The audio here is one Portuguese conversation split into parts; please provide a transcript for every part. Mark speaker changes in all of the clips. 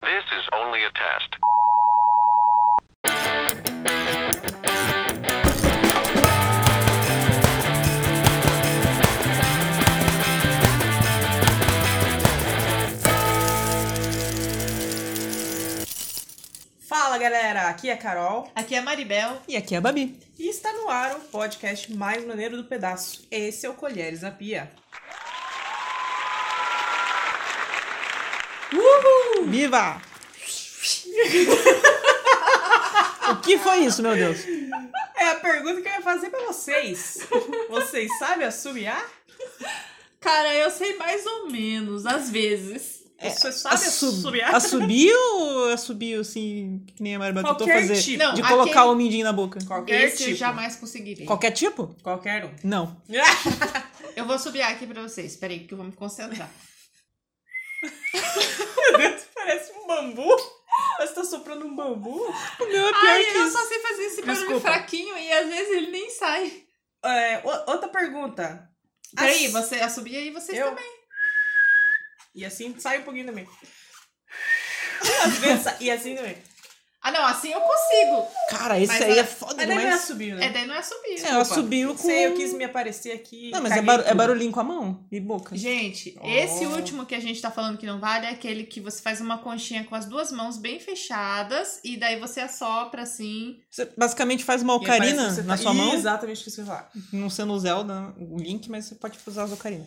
Speaker 1: This is only a test.
Speaker 2: Fala galera, aqui é a Carol
Speaker 3: Aqui é a Maribel.
Speaker 4: E aqui é a Babi.
Speaker 2: e está no ar o podcast mais maneiro do pedaço. Esse é o Colheres na Pia.
Speaker 4: Viva! o que foi isso, meu Deus?
Speaker 2: É a pergunta que eu ia fazer pra vocês. Vocês sabem assobiar?
Speaker 3: Cara, eu sei mais ou menos, às vezes.
Speaker 4: É,
Speaker 2: Você sabe assobiar?
Speaker 4: Assobio ou assobio, assim, que nem a Maribel tentou
Speaker 2: Qualquer
Speaker 4: fazer?
Speaker 2: tipo.
Speaker 3: Não,
Speaker 4: de
Speaker 3: aquele-
Speaker 4: colocar o mindinho na boca.
Speaker 2: Qualquer
Speaker 3: Esse
Speaker 2: tipo.
Speaker 3: eu jamais conseguiria.
Speaker 4: Qualquer tipo?
Speaker 2: Qualquer um.
Speaker 4: Não.
Speaker 3: Eu vou subir aqui pra vocês. Peraí, que eu vou me concentrar.
Speaker 2: Meu Deus, parece um bambu. Você tá soprando um bambu?
Speaker 4: O meu é pior
Speaker 3: Ai,
Speaker 4: que
Speaker 3: eu
Speaker 4: isso.
Speaker 3: só sei fazer esse barulho
Speaker 4: Desculpa.
Speaker 3: fraquinho e às vezes ele nem sai.
Speaker 2: É, o- outra pergunta.
Speaker 3: Peraí,
Speaker 2: Ass-
Speaker 3: você assobia aí, vocês
Speaker 2: Eu?
Speaker 3: também.
Speaker 2: E assim sai um pouquinho também. Às vezes sai- e assim também.
Speaker 3: Ah, não, assim eu consigo.
Speaker 4: Cara, esse
Speaker 3: Mas
Speaker 4: aí
Speaker 3: a-
Speaker 4: é foda
Speaker 2: Mas daí não é
Speaker 4: demais.
Speaker 2: assobio, né?
Speaker 3: É, daí não é assobio.
Speaker 4: É, eu assobio com...
Speaker 2: Sei, eu quis me aparecer aqui.
Speaker 4: Não, mas é,
Speaker 2: caguei
Speaker 4: barulho- é
Speaker 2: tudo.
Speaker 4: barulhinho com a mão e boca.
Speaker 3: Gente,
Speaker 2: Oh.
Speaker 3: esse último que a gente tá falando que não vale é aquele que você faz uma conchinha com as duas mãos bem fechadas e daí você assopra assim.
Speaker 4: Você basicamente faz uma
Speaker 2: E aí parece que
Speaker 4: ocarina
Speaker 2: você
Speaker 4: na
Speaker 2: tá-
Speaker 4: sua mão,
Speaker 2: Exatamente o que você ia falar.
Speaker 4: não sendo o Zelda, o Link, mas você pode usar as ocarinas.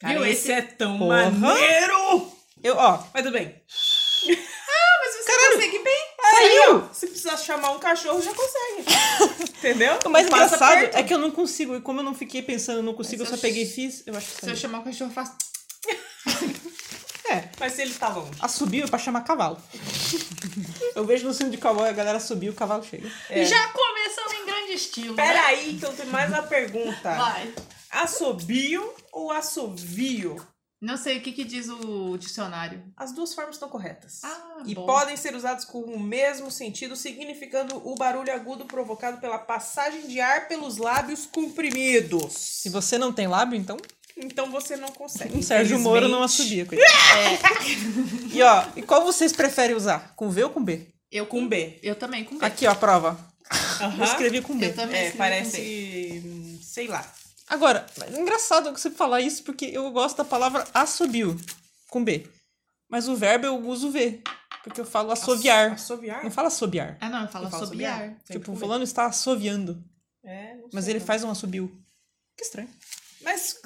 Speaker 2: Cara,
Speaker 3: Viu?
Speaker 2: esse
Speaker 3: Esse-
Speaker 2: é tão
Speaker 4: Porra.
Speaker 2: maneiro!
Speaker 4: Eu, ó,
Speaker 2: Mas tudo bem.
Speaker 3: Ah, mas você consegue bem.
Speaker 4: saiu!
Speaker 2: Se precisar chamar um cachorro, já consegue. Entendeu?
Speaker 4: O mais
Speaker 2: Passa
Speaker 4: engraçado
Speaker 2: perto.
Speaker 4: é que eu não consigo. E como eu não fiquei pensando, não consigo, eu
Speaker 3: Mas
Speaker 4: só
Speaker 3: eu-
Speaker 4: peguei e fiz. Eu acho que
Speaker 3: Se eu
Speaker 4: saiu.
Speaker 3: chamar o cachorro, eu faço.
Speaker 4: É,
Speaker 2: Mas se ele tá longe.
Speaker 4: assobio é pra chamar cavalo. eu vejo no filme de cowboy, a galera subiu, o cavalo chega.
Speaker 2: É.
Speaker 3: Já começamos em grande estilo. né?
Speaker 2: Peraí, que eu tenho mais uma pergunta.
Speaker 3: Vai.
Speaker 2: Assobio ou assovio?
Speaker 3: Não sei o que, que diz o dicionário.
Speaker 2: As duas formas estão corretas.
Speaker 3: Ah,
Speaker 2: e
Speaker 3: bom.
Speaker 2: podem ser usados com o mesmo sentido, significando o barulho agudo provocado pela passagem de ar pelos lábios comprimidos.
Speaker 4: Se você não tem lábio, então
Speaker 2: Então você não consegue.
Speaker 4: o Sérgio Moro não
Speaker 2: infelizmente.
Speaker 4: assobia. coitado. E ó, e qual vocês preferem usar? Com V ou com B?
Speaker 3: Eu
Speaker 2: Com B.
Speaker 3: Eu também com B.
Speaker 4: Aqui, ó, a prova.
Speaker 2: Aham.
Speaker 4: Eu escrevi com B.
Speaker 3: Eu também
Speaker 2: É,
Speaker 3: escrevi com B.
Speaker 2: parece. hum, Sei lá.
Speaker 4: Agora, mas é engraçado você falar isso porque eu gosto da palavra assobio, com B. Mas o verbo eu uso V, porque eu falo assoviar.
Speaker 2: Assoviar?
Speaker 4: Não fala assobiar.
Speaker 3: Ah, não, eu falo
Speaker 2: Não fala
Speaker 3: assobiar.
Speaker 2: assobiar? Sempre
Speaker 4: Tipo,
Speaker 2: com B.
Speaker 4: fulano está assoviando.
Speaker 2: É, não
Speaker 4: Mas
Speaker 2: sei
Speaker 4: ele
Speaker 2: não.
Speaker 4: faz um assobio. Que estranho.
Speaker 2: Mas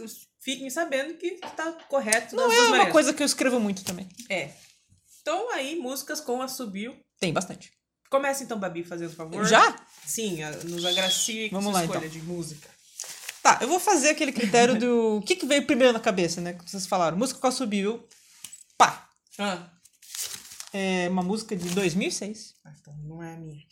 Speaker 2: fiquem sabendo que tá correto.
Speaker 4: Não
Speaker 2: das
Speaker 4: é
Speaker 2: duas
Speaker 4: uma
Speaker 2: maneiras.
Speaker 4: coisa que eu escrevo muito também.
Speaker 2: É. Então aí, músicas com assobio.
Speaker 4: Tem bastante.
Speaker 2: Começa então, Babi, fazendo favor.
Speaker 4: Já?
Speaker 2: Sim, a- nos agracie com
Speaker 4: Vamos
Speaker 2: sua
Speaker 4: lá, então.
Speaker 2: escolha de música.
Speaker 4: Tá, eu vou fazer aquele critério do. O que, que veio primeiro na cabeça, né? Que vocês falaram. Música com assobio. eu- Pá!
Speaker 2: Ah,
Speaker 4: É uma música de 2006.
Speaker 2: ah, então não é a minha.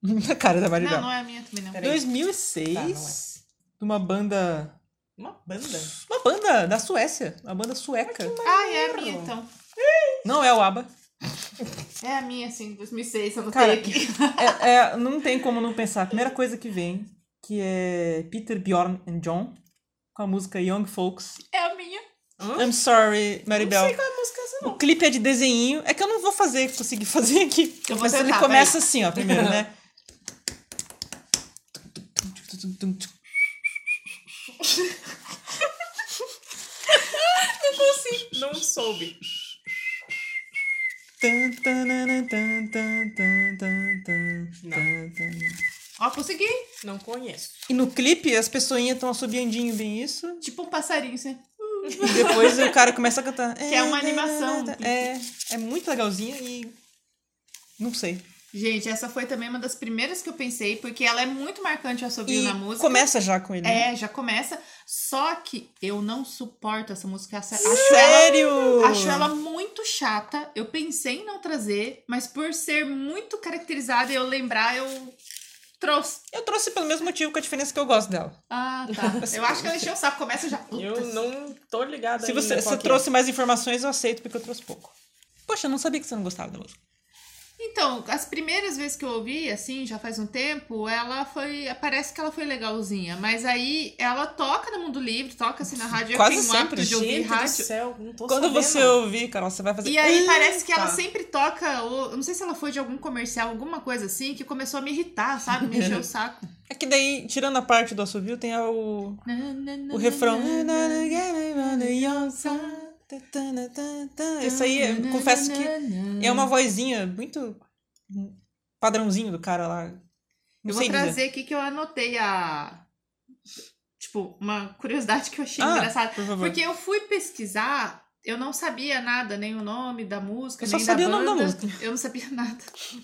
Speaker 4: Na cara da Maribel.
Speaker 3: Não, não é a minha também, não.
Speaker 2: Peraí.
Speaker 4: 2006.
Speaker 2: Tá, não é.
Speaker 4: De uma banda.
Speaker 2: Uma banda?
Speaker 4: Uma banda da Suécia. Uma banda sueca.
Speaker 3: Ah, é a minha então.
Speaker 4: Não é o ABBA.
Speaker 3: É a minha, assim, 2006, eu não
Speaker 4: Cara,
Speaker 3: sei aqui.
Speaker 4: É- é, não tem como não pensar. A primeira coisa que vem, que é Peter, Bjorn and John. Com a música Young Folks.
Speaker 3: É a minha.
Speaker 2: Hã?
Speaker 4: I'm sorry, Maribel.
Speaker 2: Não sei qual é a música essa,
Speaker 4: O clipe é de desenho. É que eu não vou fazer, conseguir fazer aqui.
Speaker 3: Eu vou
Speaker 4: Mas ele
Speaker 3: tentar,
Speaker 4: começa assim, ó, primeiro, né?
Speaker 2: não. Não soube.
Speaker 3: Ó, consegui.
Speaker 2: Não conheço.
Speaker 4: E no clipe as pessoinhas estão assobiandinho bem isso.
Speaker 3: Tipo um passarinho, assim.
Speaker 4: E depois o cara começa a cantar. Que
Speaker 3: é uma animação.
Speaker 4: É, é muito legalzinha e. Não sei.
Speaker 3: Gente, essa foi também uma das primeiras que eu pensei, porque ela é muito marcante o assobio
Speaker 4: E
Speaker 3: na música.
Speaker 4: começa já com ele. né?
Speaker 3: É, já começa. Só que eu não suporto essa música. Acho ela
Speaker 4: Sério!
Speaker 3: Acho ela muito chata. Eu pensei em não trazer, mas por ser muito caracterizada e eu lembrar, eu trouxe.
Speaker 4: Eu trouxe pelo mesmo motivo com a diferença que eu gosto dela.
Speaker 3: Ah, tá. Eu acho que ela encheu o saco. Começa já.
Speaker 2: Eu não tô ligada
Speaker 4: Se você,
Speaker 2: ainda
Speaker 4: se
Speaker 2: qual
Speaker 4: você
Speaker 2: que é.
Speaker 4: trouxe mais informações, eu aceito, porque eu trouxe pouco. Poxa, eu não sabia que você não gostava da música.
Speaker 3: Então, as primeiras vezes que eu ouvi, assim, já faz um tempo, ela foi. Parece que ela foi legalzinha. Mas aí ela toca no mundo livre, toca assim na rádio.
Speaker 4: Quase
Speaker 3: eu tenho o
Speaker 4: sempre.
Speaker 3: hábito de ouvir
Speaker 2: Gente do
Speaker 3: rádio.
Speaker 2: céu, não tô
Speaker 4: Quando
Speaker 2: sabendo.
Speaker 4: você ouvir, Carol, você vai fazer.
Speaker 3: E aí
Speaker 4: "Ih".
Speaker 3: parece que ela
Speaker 2: Eita.
Speaker 3: sempre toca, ou eu não sei se ela foi de algum comercial, alguma coisa assim, que começou a me irritar, sabe? Me encher o saco.
Speaker 4: É que daí, tirando a parte do assovio, tem a- o,
Speaker 3: Na, na, na,
Speaker 4: o refrão.
Speaker 3: na, na, na,
Speaker 4: Isso aí, eu confesso que
Speaker 3: na,
Speaker 4: é uma vozinha muito padrãozinho do cara lá. Não
Speaker 3: Eu vou
Speaker 4: sei dizer.
Speaker 3: trazer aqui que eu anotei a. Tipo, uma curiosidade que eu achei
Speaker 4: Ah,
Speaker 3: engraçada.
Speaker 4: Por favor.
Speaker 3: Porque eu fui pesquisar, eu não sabia nada, nem o nome da música,
Speaker 4: Eu só
Speaker 3: nem
Speaker 4: sabia o
Speaker 3: da
Speaker 4: nome
Speaker 3: banda.
Speaker 4: da música.
Speaker 3: Eu não sabia nada.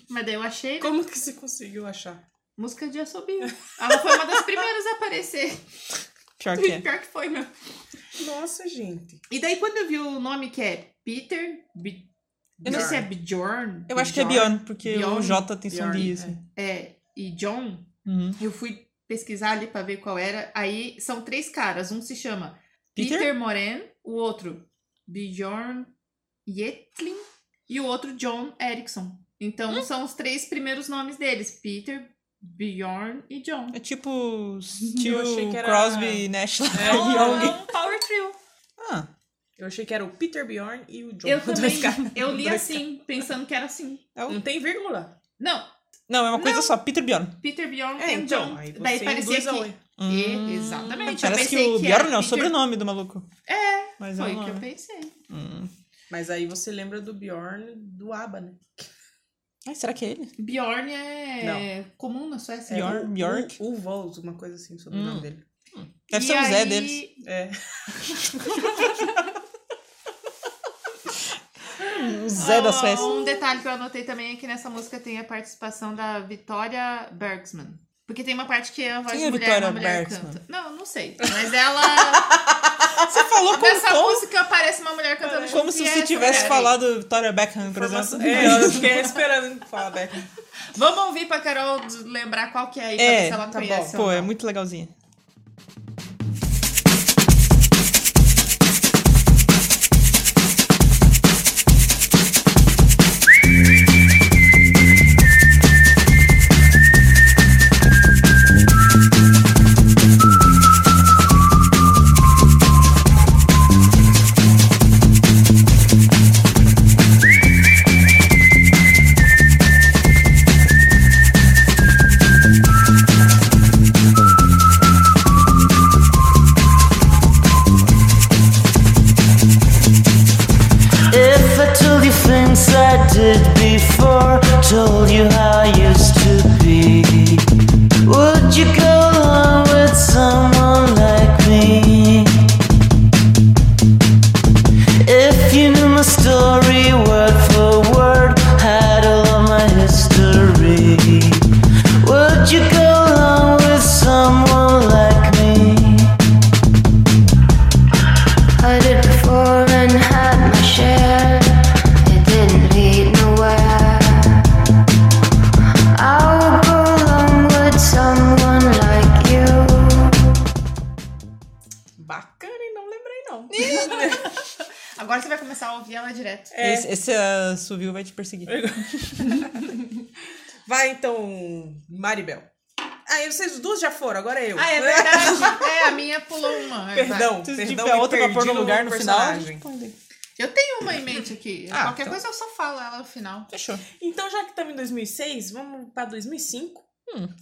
Speaker 3: Mas daí eu achei né?
Speaker 2: Como que você conseguiu achar?
Speaker 3: música de assobio. Ela foi uma das primeiras a aparecer.
Speaker 4: Pior que é.
Speaker 3: Pior que foi, meu.
Speaker 2: Nossa, gente.
Speaker 3: E daí quando eu vi o nome que é Peter. Bi-
Speaker 4: Eu
Speaker 3: Eu
Speaker 4: não-
Speaker 3: não sei se é Bjorn.
Speaker 4: Eu acho que é
Speaker 3: Bjorn,
Speaker 4: Bjorn, porque o
Speaker 3: Bjorn,
Speaker 4: J tem som de
Speaker 2: Bjorn,
Speaker 4: isso.
Speaker 3: É, e John.
Speaker 4: Uhum.
Speaker 3: Eu fui pesquisar ali pra ver qual era. Aí são três caras. Um se chama
Speaker 4: Peter?
Speaker 3: Peter, Moren, o outro Bjorn Yetlin e o outro John Erickson. Então são os três primeiros nomes deles: Peter, Bjorn e John.
Speaker 4: É tipo Steel,
Speaker 2: achei que era-
Speaker 4: Crosby, Nash lá.
Speaker 3: É um,
Speaker 4: Young.
Speaker 3: é um power trio.
Speaker 4: Ah,
Speaker 2: Eu achei que era o Peter Bjorn e o John.
Speaker 3: Eu
Speaker 2: Dois
Speaker 3: também,
Speaker 2: caras.
Speaker 3: eu li
Speaker 2: Dois
Speaker 3: assim, pensando que era assim.
Speaker 4: é
Speaker 2: Não
Speaker 4: um...
Speaker 2: tem vírgula.
Speaker 3: Não,
Speaker 4: Não, é uma coisa só, Peter Bjorn.
Speaker 3: Peter Bjorn
Speaker 2: É,
Speaker 3: tem
Speaker 2: então.
Speaker 3: John.
Speaker 2: Aí você
Speaker 3: Daí parecia
Speaker 2: induz
Speaker 3: que.
Speaker 2: ao
Speaker 3: E- exatamente, eu
Speaker 4: Hum, Parece que
Speaker 3: pensei
Speaker 4: o
Speaker 3: que era
Speaker 4: Bjorn é o
Speaker 3: Peter-
Speaker 4: sobrenome do maluco. É. Mas
Speaker 3: Foi
Speaker 4: é
Speaker 3: o
Speaker 4: o
Speaker 3: que eu
Speaker 4: nome.
Speaker 3: pensei.
Speaker 4: Hum.
Speaker 2: Mas aí você lembra do Bjorn do ABBA, né?
Speaker 4: Ai, será que é ele?
Speaker 3: Bjorn é comum na Suécia.
Speaker 4: Bjorn,
Speaker 2: o-
Speaker 4: Bjork.
Speaker 2: O, o Vols, uma coisa assim sobre o
Speaker 4: Hum.
Speaker 2: nome dele.
Speaker 4: Deve
Speaker 3: E
Speaker 4: ser o Zé
Speaker 3: aí-
Speaker 4: deles.
Speaker 2: É.
Speaker 4: O Zé da
Speaker 3: Ah,
Speaker 4: Suécia.
Speaker 3: Um detalhe que eu anotei também é que nessa música tem a participação da Vitória Bergsman. Porque tem uma parte que a voz
Speaker 4: Quem
Speaker 3: de
Speaker 4: é
Speaker 3: mulher,
Speaker 4: Victoria
Speaker 3: uma mulher
Speaker 4: Bergsman?
Speaker 3: canta. Não, não sei. Mas ela.
Speaker 4: Você falou com
Speaker 3: nessa
Speaker 4: como,
Speaker 3: música aparece uma mulher cantando junto,
Speaker 4: como se
Speaker 3: e é
Speaker 4: você
Speaker 3: essa
Speaker 4: tivesse
Speaker 3: mulher.
Speaker 4: falado Victoria Beckham, por
Speaker 2: Informação-
Speaker 4: exemplo.
Speaker 2: É, eu fiquei esperando falar
Speaker 4: né?
Speaker 2: Beck.
Speaker 3: Vamos ouvir pra Carol lembrar qual que é aí, pra
Speaker 4: É,
Speaker 3: ver se ela
Speaker 2: tá
Speaker 3: conhece.
Speaker 4: Pô,
Speaker 3: ou
Speaker 4: é
Speaker 3: não.
Speaker 4: muito legalzinha.
Speaker 1: If I told you things I did before, told you how I used to be, would you go along with someone like me? If you knew my story word for word, had all of my history, would you go along with someone like me?
Speaker 5: I did before and had my share. It didn't lead nowhere. I would go along with someone like you.
Speaker 2: Bacana, e não lembrei, não.
Speaker 3: Agora você vai começar a ouvir ela direto.
Speaker 2: É.
Speaker 4: Esse, esse uh, Suvio vai te perseguir.
Speaker 2: Vai então, Maribel. Aí vocês duas já foram, agora eu.
Speaker 3: Ah, é verdade. é, a minha pulou uma. é Vai.
Speaker 2: Perdão,
Speaker 4: Se
Speaker 2: perdão.
Speaker 4: tiver
Speaker 2: me
Speaker 4: outra pra
Speaker 2: perdi
Speaker 4: pôr no lugar no final, a
Speaker 2: personagem.
Speaker 4: gente põe daí.
Speaker 3: Eu tenho uma em mente aqui.
Speaker 4: Ah,
Speaker 3: Qualquer
Speaker 4: então.
Speaker 3: coisa eu só falo ela no final.
Speaker 4: Fechou.
Speaker 2: Então, já que estamos em 2006, vamos pra 2005.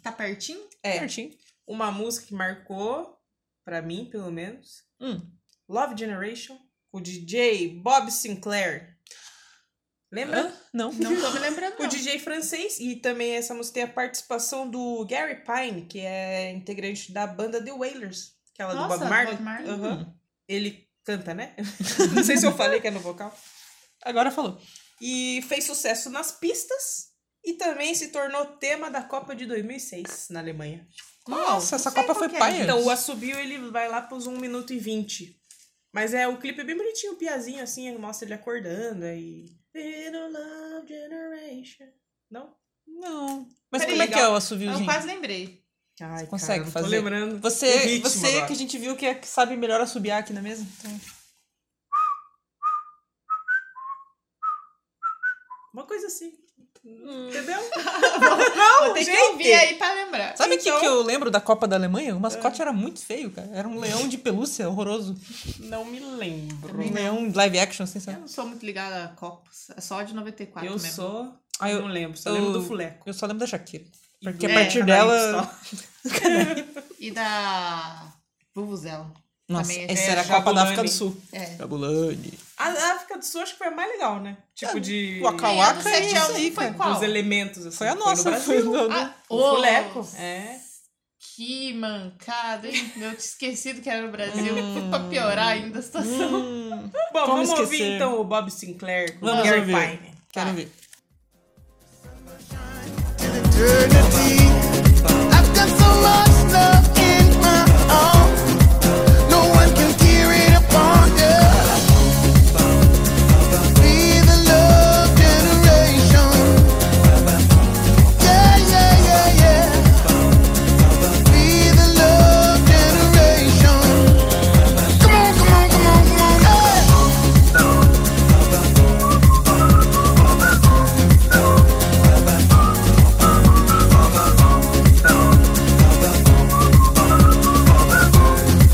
Speaker 3: Tá pertinho?
Speaker 2: É,
Speaker 4: Certinho.
Speaker 2: uma música que marcou, pra mim, pelo menos.
Speaker 4: Hum.
Speaker 2: Love Generation, com o DJ Bob Sinclair. Lembra?
Speaker 4: Hã? Não.
Speaker 3: Não tô me lembrando.
Speaker 2: O
Speaker 3: não.
Speaker 2: DJ francês e também essa música tem a participação do Gary Pine, que é integrante da banda The Wailers, aquela do
Speaker 3: Nossa,
Speaker 2: Bob Marley.
Speaker 3: Bob Marley. Hum.
Speaker 2: Aham. Ele canta, né? Não sei se eu falei que é no vocal.
Speaker 4: Agora falou.
Speaker 2: E fez sucesso nas pistas e também se tornou tema da Copa de 2006 na Alemanha.
Speaker 4: Nossa, essa
Speaker 3: sei
Speaker 4: Copa
Speaker 3: qual
Speaker 4: foi
Speaker 3: que é.
Speaker 4: pai.
Speaker 2: Então, o assobio ele vai lá pros 1 minuto e 20. Mas é o clipe é bem bonitinho, o piazinho assim, ele mostra ele acordando aí. Little Love Generation. Não?
Speaker 4: Não. Mas
Speaker 3: Peraí,
Speaker 4: como é que é
Speaker 2: legal.
Speaker 4: o
Speaker 3: Eu
Speaker 4: assoviozinho?
Speaker 3: quase lembrei.
Speaker 2: Ai, cara,
Speaker 4: consegue
Speaker 2: não
Speaker 4: fazer?
Speaker 2: Tô lembrando. o
Speaker 4: Você,
Speaker 2: ritmo
Speaker 4: você
Speaker 2: agora.
Speaker 4: que a gente viu que, é, que sabe melhor assobiar aqui na mesa. Então,
Speaker 2: Uma coisa assim. Entendeu?
Speaker 3: Vou ter que
Speaker 2: gente!
Speaker 3: ouvir aí pra lembrar.
Speaker 4: Sabe o
Speaker 2: Então-
Speaker 4: que, que eu lembro da Copa da Alemanha? O mascote era muito feio, cara. Era um leão de pelúcia horroroso.
Speaker 2: Não me lembro.
Speaker 4: Um leão live action, assim,
Speaker 3: Eu
Speaker 4: sabe?
Speaker 3: não sou muito ligada a Copas. É só de 94
Speaker 2: eu
Speaker 3: mesmo.
Speaker 2: sou.
Speaker 4: Ah, eu-
Speaker 2: não lembro, só lembro
Speaker 4: eu-
Speaker 2: do Fuleco.
Speaker 4: Eu só lembro da Shakira. Porque
Speaker 3: É,
Speaker 4: a partir dela.
Speaker 3: E da Vuvuzela.
Speaker 4: Nossa,
Speaker 3: Também
Speaker 4: essa
Speaker 3: é
Speaker 4: era a Copa
Speaker 2: Jabulani.
Speaker 4: da África do Sul.
Speaker 3: É.
Speaker 4: Jabulani.
Speaker 2: A a África do Sul acho que foi a mais legal, né? Tipo de.
Speaker 4: O Acauá.
Speaker 3: Quem é do
Speaker 4: Cauaca é
Speaker 3: Sete
Speaker 4: isso
Speaker 3: Anos?
Speaker 4: aí,
Speaker 3: Foi
Speaker 4: cara.
Speaker 3: qual?
Speaker 2: Os elementos, assim.
Speaker 4: Foi a
Speaker 2: no
Speaker 4: nossa.
Speaker 2: Brasil.
Speaker 4: foi do- do-
Speaker 3: Ah,
Speaker 2: O
Speaker 3: ô,
Speaker 2: Fuleco. É.
Speaker 3: Que mancada, hein? Eu tinha esquecido que era no Brasil.
Speaker 2: Hum.
Speaker 3: pra piorar ainda a situação.
Speaker 4: Hum,
Speaker 2: Bom,
Speaker 4: Como
Speaker 2: vamos
Speaker 4: esquecer?
Speaker 2: ouvir então o Bob Sinclair com
Speaker 4: Vamos
Speaker 2: Gary
Speaker 4: ouvir.
Speaker 2: Pine.
Speaker 4: quero ver.
Speaker 6: eternity. I've got so much love in my arms. No one can tear it apart. Yeah. Be the love generation. Yeah, yeah, yeah, yeah. Be the love generation. Come on, come on, come on, come on. Hey.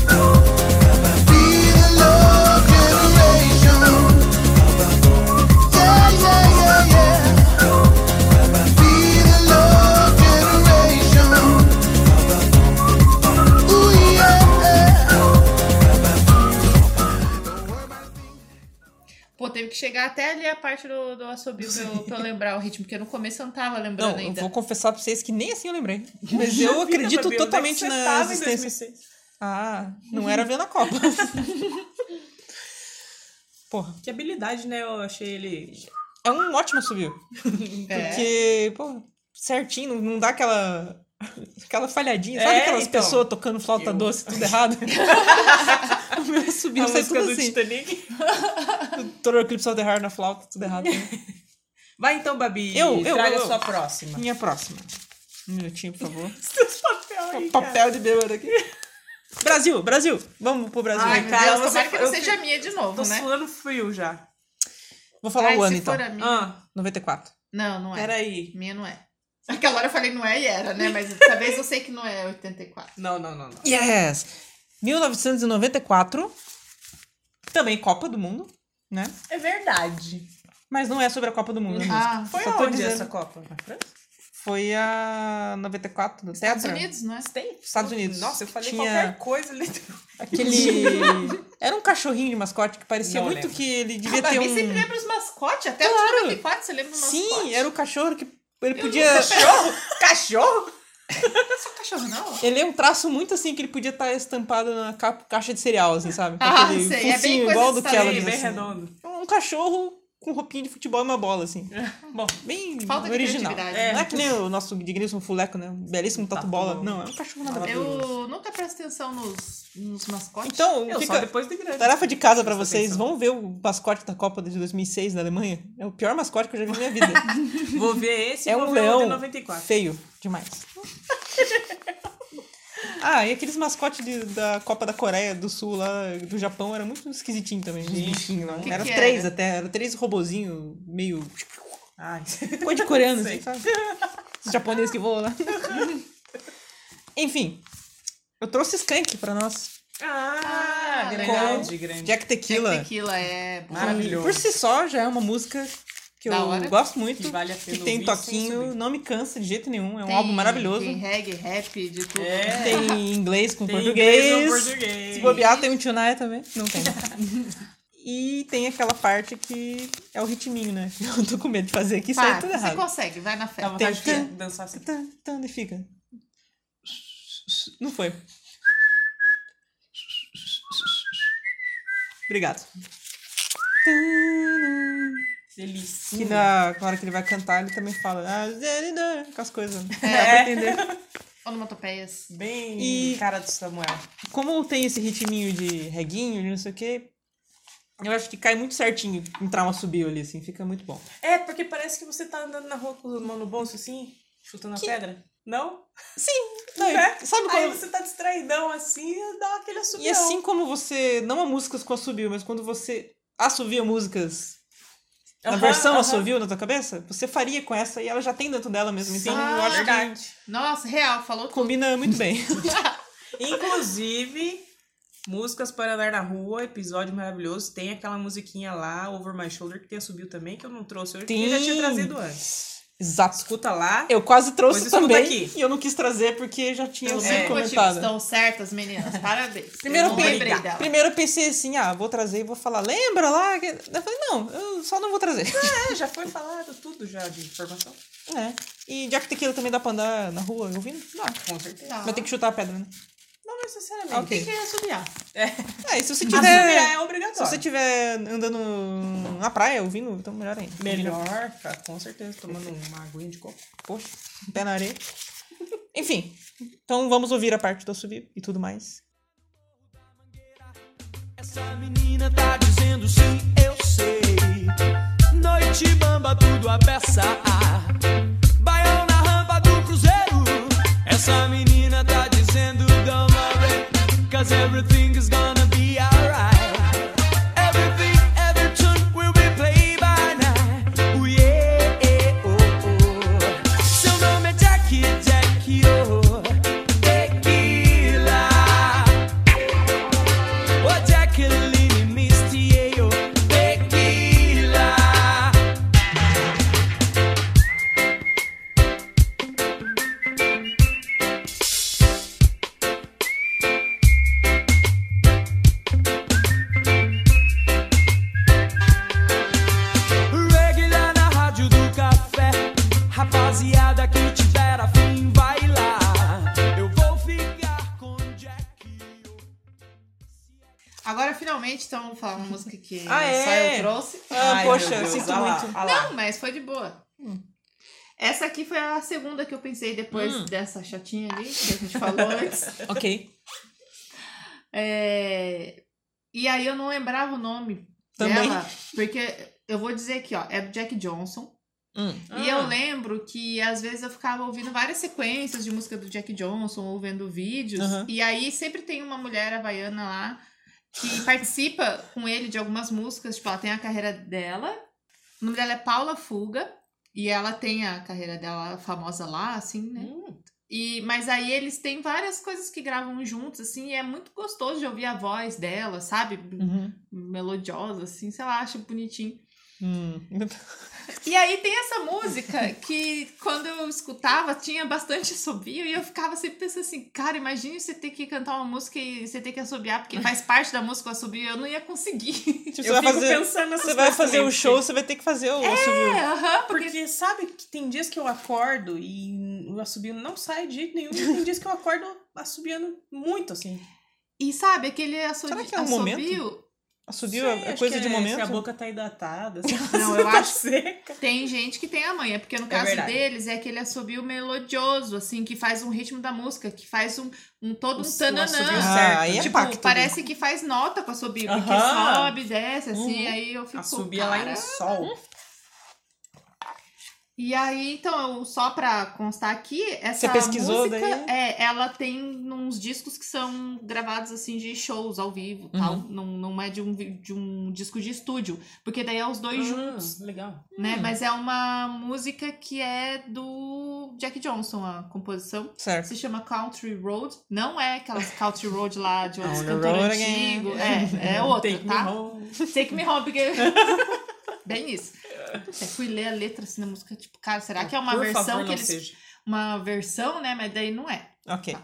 Speaker 6: Be the love generation. Yeah, yeah, yeah, yeah. Be the love generation. Ooh yeah.
Speaker 3: Pô, teve que chegar até ali a parte do, do assobio pra eu, pra eu lembrar o ritmo, porque no começo eu não tava lembrando
Speaker 4: Não, eu
Speaker 3: ainda.
Speaker 4: vou confessar pra vocês que nem assim eu lembrei. Mas eu acredito
Speaker 2: Fica, Fabi, onde é que
Speaker 4: totalmente
Speaker 2: você
Speaker 4: na
Speaker 2: tava em
Speaker 4: existência.
Speaker 2: 2006?
Speaker 4: Ah, não era vendo a Copa. Porra,
Speaker 2: Que habilidade, né? Eu achei ele.
Speaker 4: é um ótimo subiu.
Speaker 3: É.
Speaker 4: Porque, pô, certinho, não- não dá aquela. Aquela falhadinha. Sabe
Speaker 2: É,
Speaker 4: aquelas
Speaker 2: então.
Speaker 4: pessoas tocando flauta
Speaker 2: Eu-
Speaker 4: doce, tudo errado? o meu subiu,
Speaker 2: A
Speaker 4: sai tudo
Speaker 2: música do
Speaker 4: assim.
Speaker 2: Titanic.
Speaker 4: Todo Eclipse of the Heart na flauta, tudo errado.
Speaker 2: Vai então, Babi.
Speaker 4: Eu, eu,
Speaker 2: Traga
Speaker 4: eu, eu.
Speaker 2: a sua próxima.
Speaker 4: Minha próxima. Um minutinho, por favor.
Speaker 2: Seus papel aí, cara.
Speaker 4: Papel de bêbado aqui. Brasil, Brasil. Vamos pro Brasil.
Speaker 3: Ai, meu
Speaker 2: Cara,
Speaker 3: Deus,
Speaker 2: você-
Speaker 3: tomara que não
Speaker 2: eu
Speaker 3: seja minha de novo,
Speaker 2: Tô
Speaker 3: né?
Speaker 2: suando frio já.
Speaker 4: Vou falar
Speaker 3: Ai,
Speaker 4: o ano,
Speaker 3: se
Speaker 4: então.
Speaker 3: for a minha.
Speaker 2: Ah,
Speaker 4: 94.
Speaker 3: Não, não é.
Speaker 2: peraí.
Speaker 3: Minha não é. Aquela hora eu falei não é e era, né? Mas dessa vez eu sei que não é 84.
Speaker 2: Não, não, não, não.
Speaker 4: Yes! 1994. Também Copa do Mundo, né?
Speaker 2: É verdade.
Speaker 4: Mas não é sobre a Copa do Mundo. né?
Speaker 3: Ah,
Speaker 2: Foi
Speaker 4: Só tô
Speaker 2: aonde
Speaker 4: dizendo.
Speaker 2: essa Copa? Na França?
Speaker 4: Foi a 94 do
Speaker 3: Estados
Speaker 4: Tetra.
Speaker 3: Unidos, não é?
Speaker 2: Tem?
Speaker 4: Estados Unidos.
Speaker 2: Nossa, eu falei
Speaker 4: Tinha
Speaker 2: qualquer coisa ali.
Speaker 4: Aquele. Era um cachorrinho de mascote que parecia
Speaker 2: Não
Speaker 4: muito
Speaker 2: lembro.
Speaker 4: que ele devia
Speaker 3: Ah,
Speaker 4: ter
Speaker 3: Babi sempre
Speaker 4: um.
Speaker 3: lembra os mascotes, até
Speaker 4: Claro.
Speaker 3: o 94 você lembra o mascote.
Speaker 4: Sim, era o cachorro que. Ele podia.
Speaker 2: Cachorro?
Speaker 3: Não é só cachorro, não?
Speaker 4: Ele é um traço muito assim que ele podia estar estampado na ca- caixa de cereal, assim, sabe? Com
Speaker 3: Ah,
Speaker 4: aquele
Speaker 3: sei, é bem
Speaker 4: focinho
Speaker 3: coisa de
Speaker 4: igual do
Speaker 3: Estados
Speaker 2: Bem,
Speaker 4: Kellogg's.
Speaker 2: bem
Speaker 4: assim.
Speaker 2: redondo.
Speaker 4: Um cachorro com roupinha de futebol e uma bola, assim.
Speaker 2: Bom,
Speaker 4: Bem
Speaker 3: É. Falta de
Speaker 4: original.
Speaker 3: criatividade. né? Tá,
Speaker 2: É.
Speaker 4: Não é que nem o nosso digníssimo fuleco, né? Um belíssimo tatu bola.
Speaker 2: bola.
Speaker 4: Não, é um cachorro nada a ver.
Speaker 3: Eu nunca presto atenção nos, nos mascotes.
Speaker 4: Então,
Speaker 2: eu só
Speaker 4: fica
Speaker 2: depois de grande.
Speaker 4: tarefa de casa pra
Speaker 2: Presta
Speaker 4: vocês.
Speaker 2: atenção.
Speaker 4: Vão ver o mascote da Copa de 2006 na Alemanha. É o pior mascote que eu já vi na minha vida.
Speaker 2: Vou ver esse e
Speaker 4: é
Speaker 2: vou
Speaker 4: um
Speaker 2: ver o de
Speaker 4: leão
Speaker 2: 94.
Speaker 4: feio demais. Ah, e aqueles mascotes de- da Copa da Coreia do Sul lá, do Japão, era muito esquisitinho também. Os
Speaker 2: Gente,
Speaker 4: bichinhos lá.
Speaker 3: que
Speaker 4: Era
Speaker 3: que
Speaker 4: três
Speaker 3: era?
Speaker 4: até, era três robozinhos meio.
Speaker 2: Ai.
Speaker 4: Coisa de coreano,
Speaker 2: Sei.
Speaker 4: assim, sabe? Os japoneses que voam lá. Enfim, eu trouxe Skank pra nós.
Speaker 2: Ah, é
Speaker 3: Ah,
Speaker 2: grande, grande.
Speaker 4: Jack Tequila. um
Speaker 3: Jack Tequila é bom.
Speaker 2: Maravilhoso.
Speaker 4: Por si só, já é uma música que
Speaker 3: Da
Speaker 4: eu
Speaker 3: hora.
Speaker 4: gosto muito.
Speaker 2: Que vale a
Speaker 4: que
Speaker 2: pena
Speaker 4: tem
Speaker 2: ouvir sem
Speaker 4: toquinho,
Speaker 2: subir.
Speaker 4: não me cansa de jeito nenhum. É um
Speaker 3: Tem-
Speaker 4: álbum maravilhoso.
Speaker 3: Tem reggae, rap, de tudo.
Speaker 2: É.
Speaker 4: Tem inglês com
Speaker 2: Tem
Speaker 4: português.
Speaker 2: inglês ou português.
Speaker 4: Se bobear, tem um Tunai também. Não tem. e tem aquela parte que é o ritminho, né? Eu tô com medo de fazer aqui, sai
Speaker 3: Pá,
Speaker 4: tudo
Speaker 3: você
Speaker 4: errado.
Speaker 3: consegue, vai na fé.
Speaker 2: Dá vontade de
Speaker 4: Tem-
Speaker 2: dançar assim.
Speaker 4: Tan, tan, e fica. Não foi. Obrigado.
Speaker 2: Delícia.
Speaker 4: Que na na hora que ele vai cantar, ele também fala. "Ah, zé, né, né", Com as coisas. Dá pra
Speaker 2: É.
Speaker 4: entender.
Speaker 3: Onomatopeias.
Speaker 2: Bem
Speaker 4: E-
Speaker 2: cara do Samuel.
Speaker 4: Como tem esse ritminho de reguinho, de não sei o quê, eu acho que cai muito certinho um trauma subiu ali, assim, fica muito bom.
Speaker 2: É, porque parece que você tá andando na rua com a mão no bolso assim, chutando a pedra. Não?
Speaker 4: Não,
Speaker 2: É?
Speaker 4: e- Sabe
Speaker 2: Aí
Speaker 4: quando.
Speaker 2: você tá distraidão assim e dá aquele assobião.
Speaker 4: E assim como você. Não há músicas com assobio, mas quando você assovia músicas Na
Speaker 2: Aham,
Speaker 4: versão
Speaker 2: aham.
Speaker 4: assovio na tua cabeça, você faria com essa e ela já tem dentro dela mesmo. Então,
Speaker 3: Ah,
Speaker 4: eu acho que
Speaker 2: Verdade.
Speaker 3: Nossa, real, falou tudo.
Speaker 4: combina muito bem.
Speaker 2: Inclusive, Músicas para Andar na Rua, episódio maravilhoso. Tem aquela musiquinha lá, Over My Shoulder, que tem subiu também, que eu não trouxe hoje, porque eu já tinha
Speaker 4: Tem.
Speaker 2: trazido antes.
Speaker 4: Exato.
Speaker 2: Escuta lá.
Speaker 4: Eu quase trouxe
Speaker 2: Mas escuta
Speaker 4: também
Speaker 2: aqui.
Speaker 4: e eu não quis trazer porque já tinha
Speaker 3: Os
Speaker 4: sido
Speaker 2: é,
Speaker 3: motivos
Speaker 4: comentado.
Speaker 3: estão certas, meninas. Parabéns.
Speaker 4: Primeiro
Speaker 3: eu
Speaker 4: eu,
Speaker 3: não
Speaker 4: pe-
Speaker 3: lembrei dela.
Speaker 4: primeiro eu pensei assim, ah, vou trazer e vou falar, lembra lá? que- Eu falei, não, eu só não vou trazer.
Speaker 2: É, já foi falado tudo já de informação.
Speaker 4: é. E Jack Tequila também dá pra andar na rua ouvindo? Não.
Speaker 2: Com certeza.
Speaker 3: Tá.
Speaker 4: Vai ter que chutar a pedra, né?
Speaker 2: Não necessariamente.
Speaker 4: Ah, ok.
Speaker 3: Tem que assobiar.
Speaker 4: É, e se você
Speaker 2: Assobiar
Speaker 4: tiver.
Speaker 2: é
Speaker 4: Se você
Speaker 2: obrigatório.
Speaker 4: tiver andando na praia ouvindo, então melhor ainda.
Speaker 2: Melhor, tá, com certeza, tomando
Speaker 4: um
Speaker 2: uma aguinha de coco.
Speaker 4: Poxa, um pé na areia. Enfim, então vamos ouvir a parte do subir e tudo mais.
Speaker 7: Essa menina tá dizendo sim, eu sei. Noite bamba, tudo a peça. Baião na rampa do cruzeiro. Essa menina tá dizendo don't worry, cause everything is gonna be alright. Everything, every tune will be played by night. Oh yeah, eh, oh, oh. Seu nome é Jack, Jack, oh. Tequila. Ô Jacqueline Misty, ei, ô tequila. Regular na rádio do café, rapaziada que tiver afim, vai lá. Eu vou ficar com Jack. ô.
Speaker 3: Agora, finalmente, então, vou falar uma música que
Speaker 4: Ah, é?
Speaker 3: só eu trouxe.
Speaker 4: Ah,
Speaker 2: Ai,
Speaker 4: poxa,
Speaker 2: meu Deus,
Speaker 4: sinto
Speaker 2: ah lá,
Speaker 4: muito.
Speaker 2: ah lá.
Speaker 3: Não, mas foi de boa.
Speaker 4: Hum.
Speaker 3: Essa aqui foi a segunda que eu pensei depois
Speaker 4: Hum.
Speaker 3: dessa chatinha ali, que a gente falou antes.
Speaker 4: Ok.
Speaker 3: É, E aí eu não lembrava o nome
Speaker 4: Também.
Speaker 3: dela, porque eu vou dizer aqui, ó, é do Jack Johnson.
Speaker 4: Hum.
Speaker 3: E eu
Speaker 2: Ah.
Speaker 3: lembro que às vezes eu ficava ouvindo várias sequências de música do Jack Johnson, ou vendo vídeos.
Speaker 4: Aham.
Speaker 3: E aí sempre tem uma mulher havaiana lá que participa com ele de algumas músicas. Tipo, ela tem a carreira dela. O nome dela é Paula Fuga. E ela tem a carreira dela famosa lá, assim, né? E, mas aí eles têm várias coisas que gravam juntos, assim, e é muito gostoso de ouvir a voz dela, sabe?
Speaker 4: Uhum.
Speaker 3: Melodiosa, assim, sei lá, acho bonitinho.
Speaker 4: Hum.
Speaker 3: E aí tem essa música que quando eu escutava tinha bastante assobio e eu ficava sempre pensando assim, cara, imagine você ter que cantar uma música e você ter que assobiar, porque faz parte da música o assobio, eu não ia conseguir.
Speaker 4: Tipo, você
Speaker 2: Eu
Speaker 4: vai
Speaker 2: fico
Speaker 4: fazer,
Speaker 2: pensando nessas
Speaker 4: você vai
Speaker 2: coisas
Speaker 4: fazer o
Speaker 2: também,
Speaker 4: show, você vai ter que fazer o
Speaker 3: É,
Speaker 4: assovio.
Speaker 3: aham, porque
Speaker 2: Porque sabe que tem dias que eu acordo e o assobio não sai de jeito nenhum, e tem dias que eu acordo assobiando muito, assim.
Speaker 3: E sabe, aquele assobio.
Speaker 4: Será que é um momento? Assobio
Speaker 2: Sei,
Speaker 4: é
Speaker 2: acho
Speaker 4: coisa
Speaker 2: que
Speaker 4: de momento.
Speaker 2: Se a boca tá hidratada, se ela
Speaker 3: Não,
Speaker 2: tá
Speaker 3: eu acho-
Speaker 2: seca.
Speaker 3: Tem gente que tem a manha, porque no caso
Speaker 2: verdade.
Speaker 3: deles é aquele assobio melodioso, assim, que faz um ritmo da música, que faz um, um
Speaker 2: O-
Speaker 3: todo
Speaker 2: o
Speaker 3: um
Speaker 2: assobio
Speaker 3: tananã.
Speaker 4: certo. aí é
Speaker 3: tipo,
Speaker 4: pacto, né?
Speaker 3: parece que faz nota com o assobio, porque
Speaker 2: Aham.
Speaker 3: sobe, desce, assim,
Speaker 4: Uhum.
Speaker 3: aí eu fico.
Speaker 2: Assobia é lá
Speaker 3: cara.
Speaker 2: em sol.
Speaker 3: E aí, então, eu- só pra constar aqui, essa
Speaker 4: Você pesquisou
Speaker 3: música,
Speaker 4: daí?
Speaker 3: é, ela tem uns discos que são gravados, assim, de shows ao vivo,
Speaker 4: Uhum.
Speaker 3: tal. Não, não é de um, vi- de um disco de estúdio, porque daí é os dois juntos.
Speaker 2: Ah, legal.
Speaker 3: né?
Speaker 4: Hum.
Speaker 3: Mas é uma música que é do Jack Johnson, a composição.
Speaker 4: Certo.
Speaker 3: Se chama Country Road. Não é aquelas Country Road lá de outros
Speaker 4: On the
Speaker 3: cantores
Speaker 4: road um again.
Speaker 3: antigos. É, é outra,
Speaker 2: Take me
Speaker 3: tá?
Speaker 2: home.
Speaker 3: Take me home, porque... Bem isso. Eu É, fui ler a letra assim na música, tipo, cara, será que é uma
Speaker 2: Por
Speaker 3: versão
Speaker 2: favor,
Speaker 3: que
Speaker 2: não
Speaker 3: eles...
Speaker 2: seja.
Speaker 3: Uma versão, né? Mas daí não é.
Speaker 4: Ok.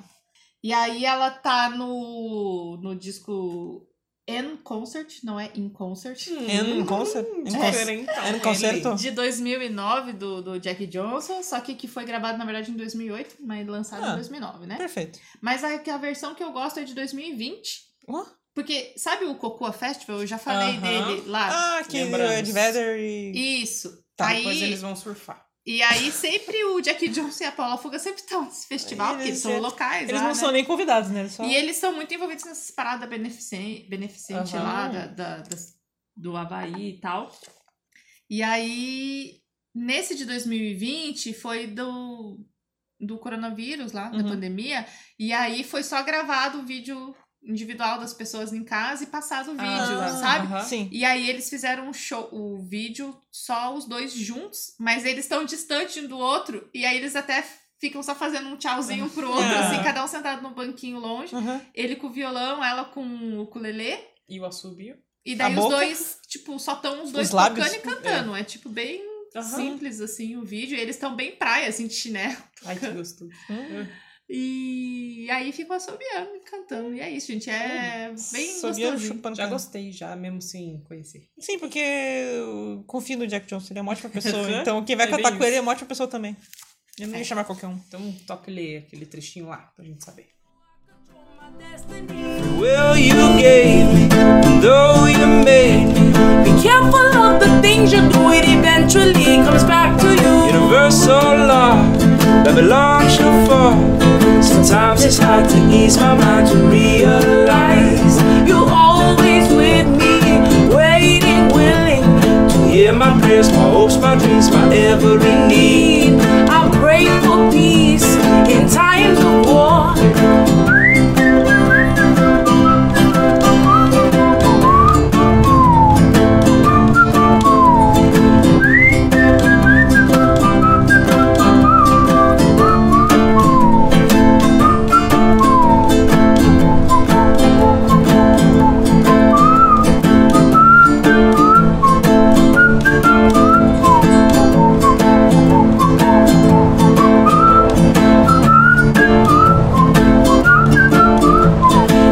Speaker 3: E aí ela tá no, no disco In Concert, não é In Concert.
Speaker 4: And
Speaker 3: Hum,
Speaker 4: concert.
Speaker 3: é
Speaker 4: and concert.
Speaker 2: Diferente, então,
Speaker 4: And É um concerto?
Speaker 2: ele.
Speaker 3: De 2009, do, do Jack Johnson, só que que foi gravado, na verdade, em 2008, mas lançado
Speaker 4: Ah.
Speaker 3: em 2009, né?
Speaker 4: Perfeito.
Speaker 3: Mas a, que a versão que eu gosto é de 2020,
Speaker 4: Ó.
Speaker 3: porque sabe o Cocoa Festival? Eu já falei
Speaker 2: Aham.
Speaker 3: dele lá.
Speaker 4: Ah, que
Speaker 2: lembramos.
Speaker 4: Ed Vedder e.
Speaker 3: Isso.
Speaker 4: Tá,
Speaker 3: aí,
Speaker 2: Depois eles vão surfar.
Speaker 3: E aí sempre o Jack Johnson e a Paula Fuga sempre estão nesse festival,
Speaker 4: Eles
Speaker 3: porque eles são
Speaker 4: sempre-
Speaker 3: locais
Speaker 4: Eles
Speaker 3: lá,
Speaker 4: não
Speaker 3: né?
Speaker 4: são nem convidados, né? Eles só-
Speaker 3: E eles são muito envolvidos nessas paradas beneficente, beneficente
Speaker 4: Aham.
Speaker 3: lá da, da- das- do Havaí e tal. E aí, nesse de 2020, foi do, do coronavírus lá, da
Speaker 4: Uhum.
Speaker 3: pandemia. E aí foi só gravado o vídeo individual das pessoas em casa e passado o vídeo,
Speaker 4: Ah,
Speaker 3: sabe?
Speaker 4: aham.
Speaker 2: Sim.
Speaker 3: E aí eles fizeram um show, o vídeo só os dois juntos, mas eles estão distantes um do outro e aí eles até ficam só fazendo um tchauzinho pro outro,
Speaker 4: Ah.
Speaker 3: assim, cada um sentado num banquinho longe, ele com o violão, ela com o ukulele.
Speaker 2: E o assobio.
Speaker 3: E
Speaker 4: A
Speaker 3: daí os
Speaker 4: boca.
Speaker 3: dois, tipo, só estão os dois
Speaker 4: Os lábios,
Speaker 3: tocando e
Speaker 4: tipo,
Speaker 3: cantando. É, tipo bem simples assim o vídeo, e eles estão bem praia assim de chinelo.
Speaker 2: Ai, que gostoso.
Speaker 3: E aí ficou assobiando e cantando. E é isso, gente, é
Speaker 4: Hum,
Speaker 3: bem
Speaker 4: Sabia
Speaker 3: gostoso.
Speaker 4: chupando
Speaker 2: Já
Speaker 4: cana.
Speaker 2: gostei, já, mesmo sem conhecer.
Speaker 4: Sim, porque eu confio no Jack Johnson, ele é uma ótima pessoa.
Speaker 2: Aham.
Speaker 4: então quem
Speaker 2: É
Speaker 4: vai
Speaker 2: bem
Speaker 4: cantar com
Speaker 2: isso.
Speaker 4: ele é uma ótima pessoa também. Eu
Speaker 3: É.
Speaker 4: não ia chamar qualquer um.
Speaker 2: Então toca ele, aquele trechinho lá, pra gente saber.
Speaker 7: The will you gave me, though you made me,
Speaker 8: Be careful of the things you do, it eventually comes back to you.
Speaker 7: universal law that belongs to fall. Sometimes it's hard to ease my mind to realize
Speaker 8: You always with me, waiting, willing.
Speaker 7: to hear my prayers, my hopes, my dreams, my every need.
Speaker 8: I pray for peace in times of war.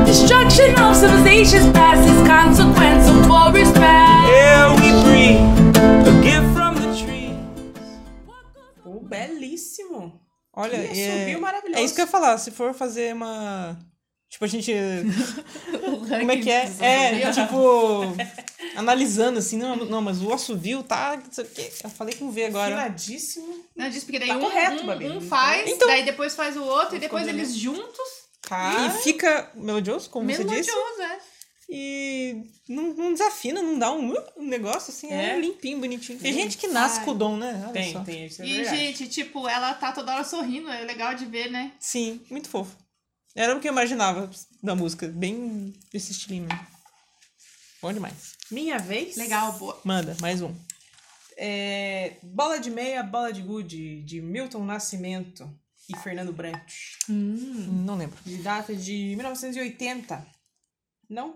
Speaker 8: Destruction of civilizations past is consequence of war is bad.
Speaker 7: Air we breathe, a gift from the tree.
Speaker 2: Pô, belíssimo.
Speaker 4: Olha,
Speaker 2: E
Speaker 4: é,
Speaker 2: assobio maravilhoso.
Speaker 4: é isso que eu ia falar. Se for fazer uma. Tipo, a gente. Como é que é? É, tipo. analisando assim, não, não, mas o assovio tá. Não sei o quê. Eu falei com o V agora.
Speaker 2: Finadíssimo.
Speaker 3: Não, disse porque daí
Speaker 2: Tá
Speaker 3: um,
Speaker 2: correto,
Speaker 3: um-
Speaker 2: Babi.
Speaker 3: um faz,
Speaker 4: Então-
Speaker 3: daí depois faz o outro, e depois eles juntos,
Speaker 4: E fica melodioso, como você disse.
Speaker 3: melodioso, é.
Speaker 4: E não, não desafina, não dá um, uh, um negócio assim, é.
Speaker 2: É.
Speaker 4: limpinho, bonitinho. Tem gente que nasce
Speaker 3: Ai.
Speaker 4: com o dom, né? Olha
Speaker 2: Tem,
Speaker 4: só.
Speaker 2: tem, isso é
Speaker 3: E,
Speaker 2: verdade.
Speaker 3: gente, tipo, ela tá toda hora sorrindo, é legal de ver, né?
Speaker 4: Sim, muito fofo. Era o que eu imaginava da música, bem desse estilinho. mesmo. Bom demais.
Speaker 2: Minha vez.
Speaker 3: Legal, boa.
Speaker 4: Manda, mais um.
Speaker 2: É, Bola de Meia, Bola de Gude, de Milton Nascimento e Fernando Branco. Hum.
Speaker 4: Não lembro.
Speaker 2: De data de 1980. Não?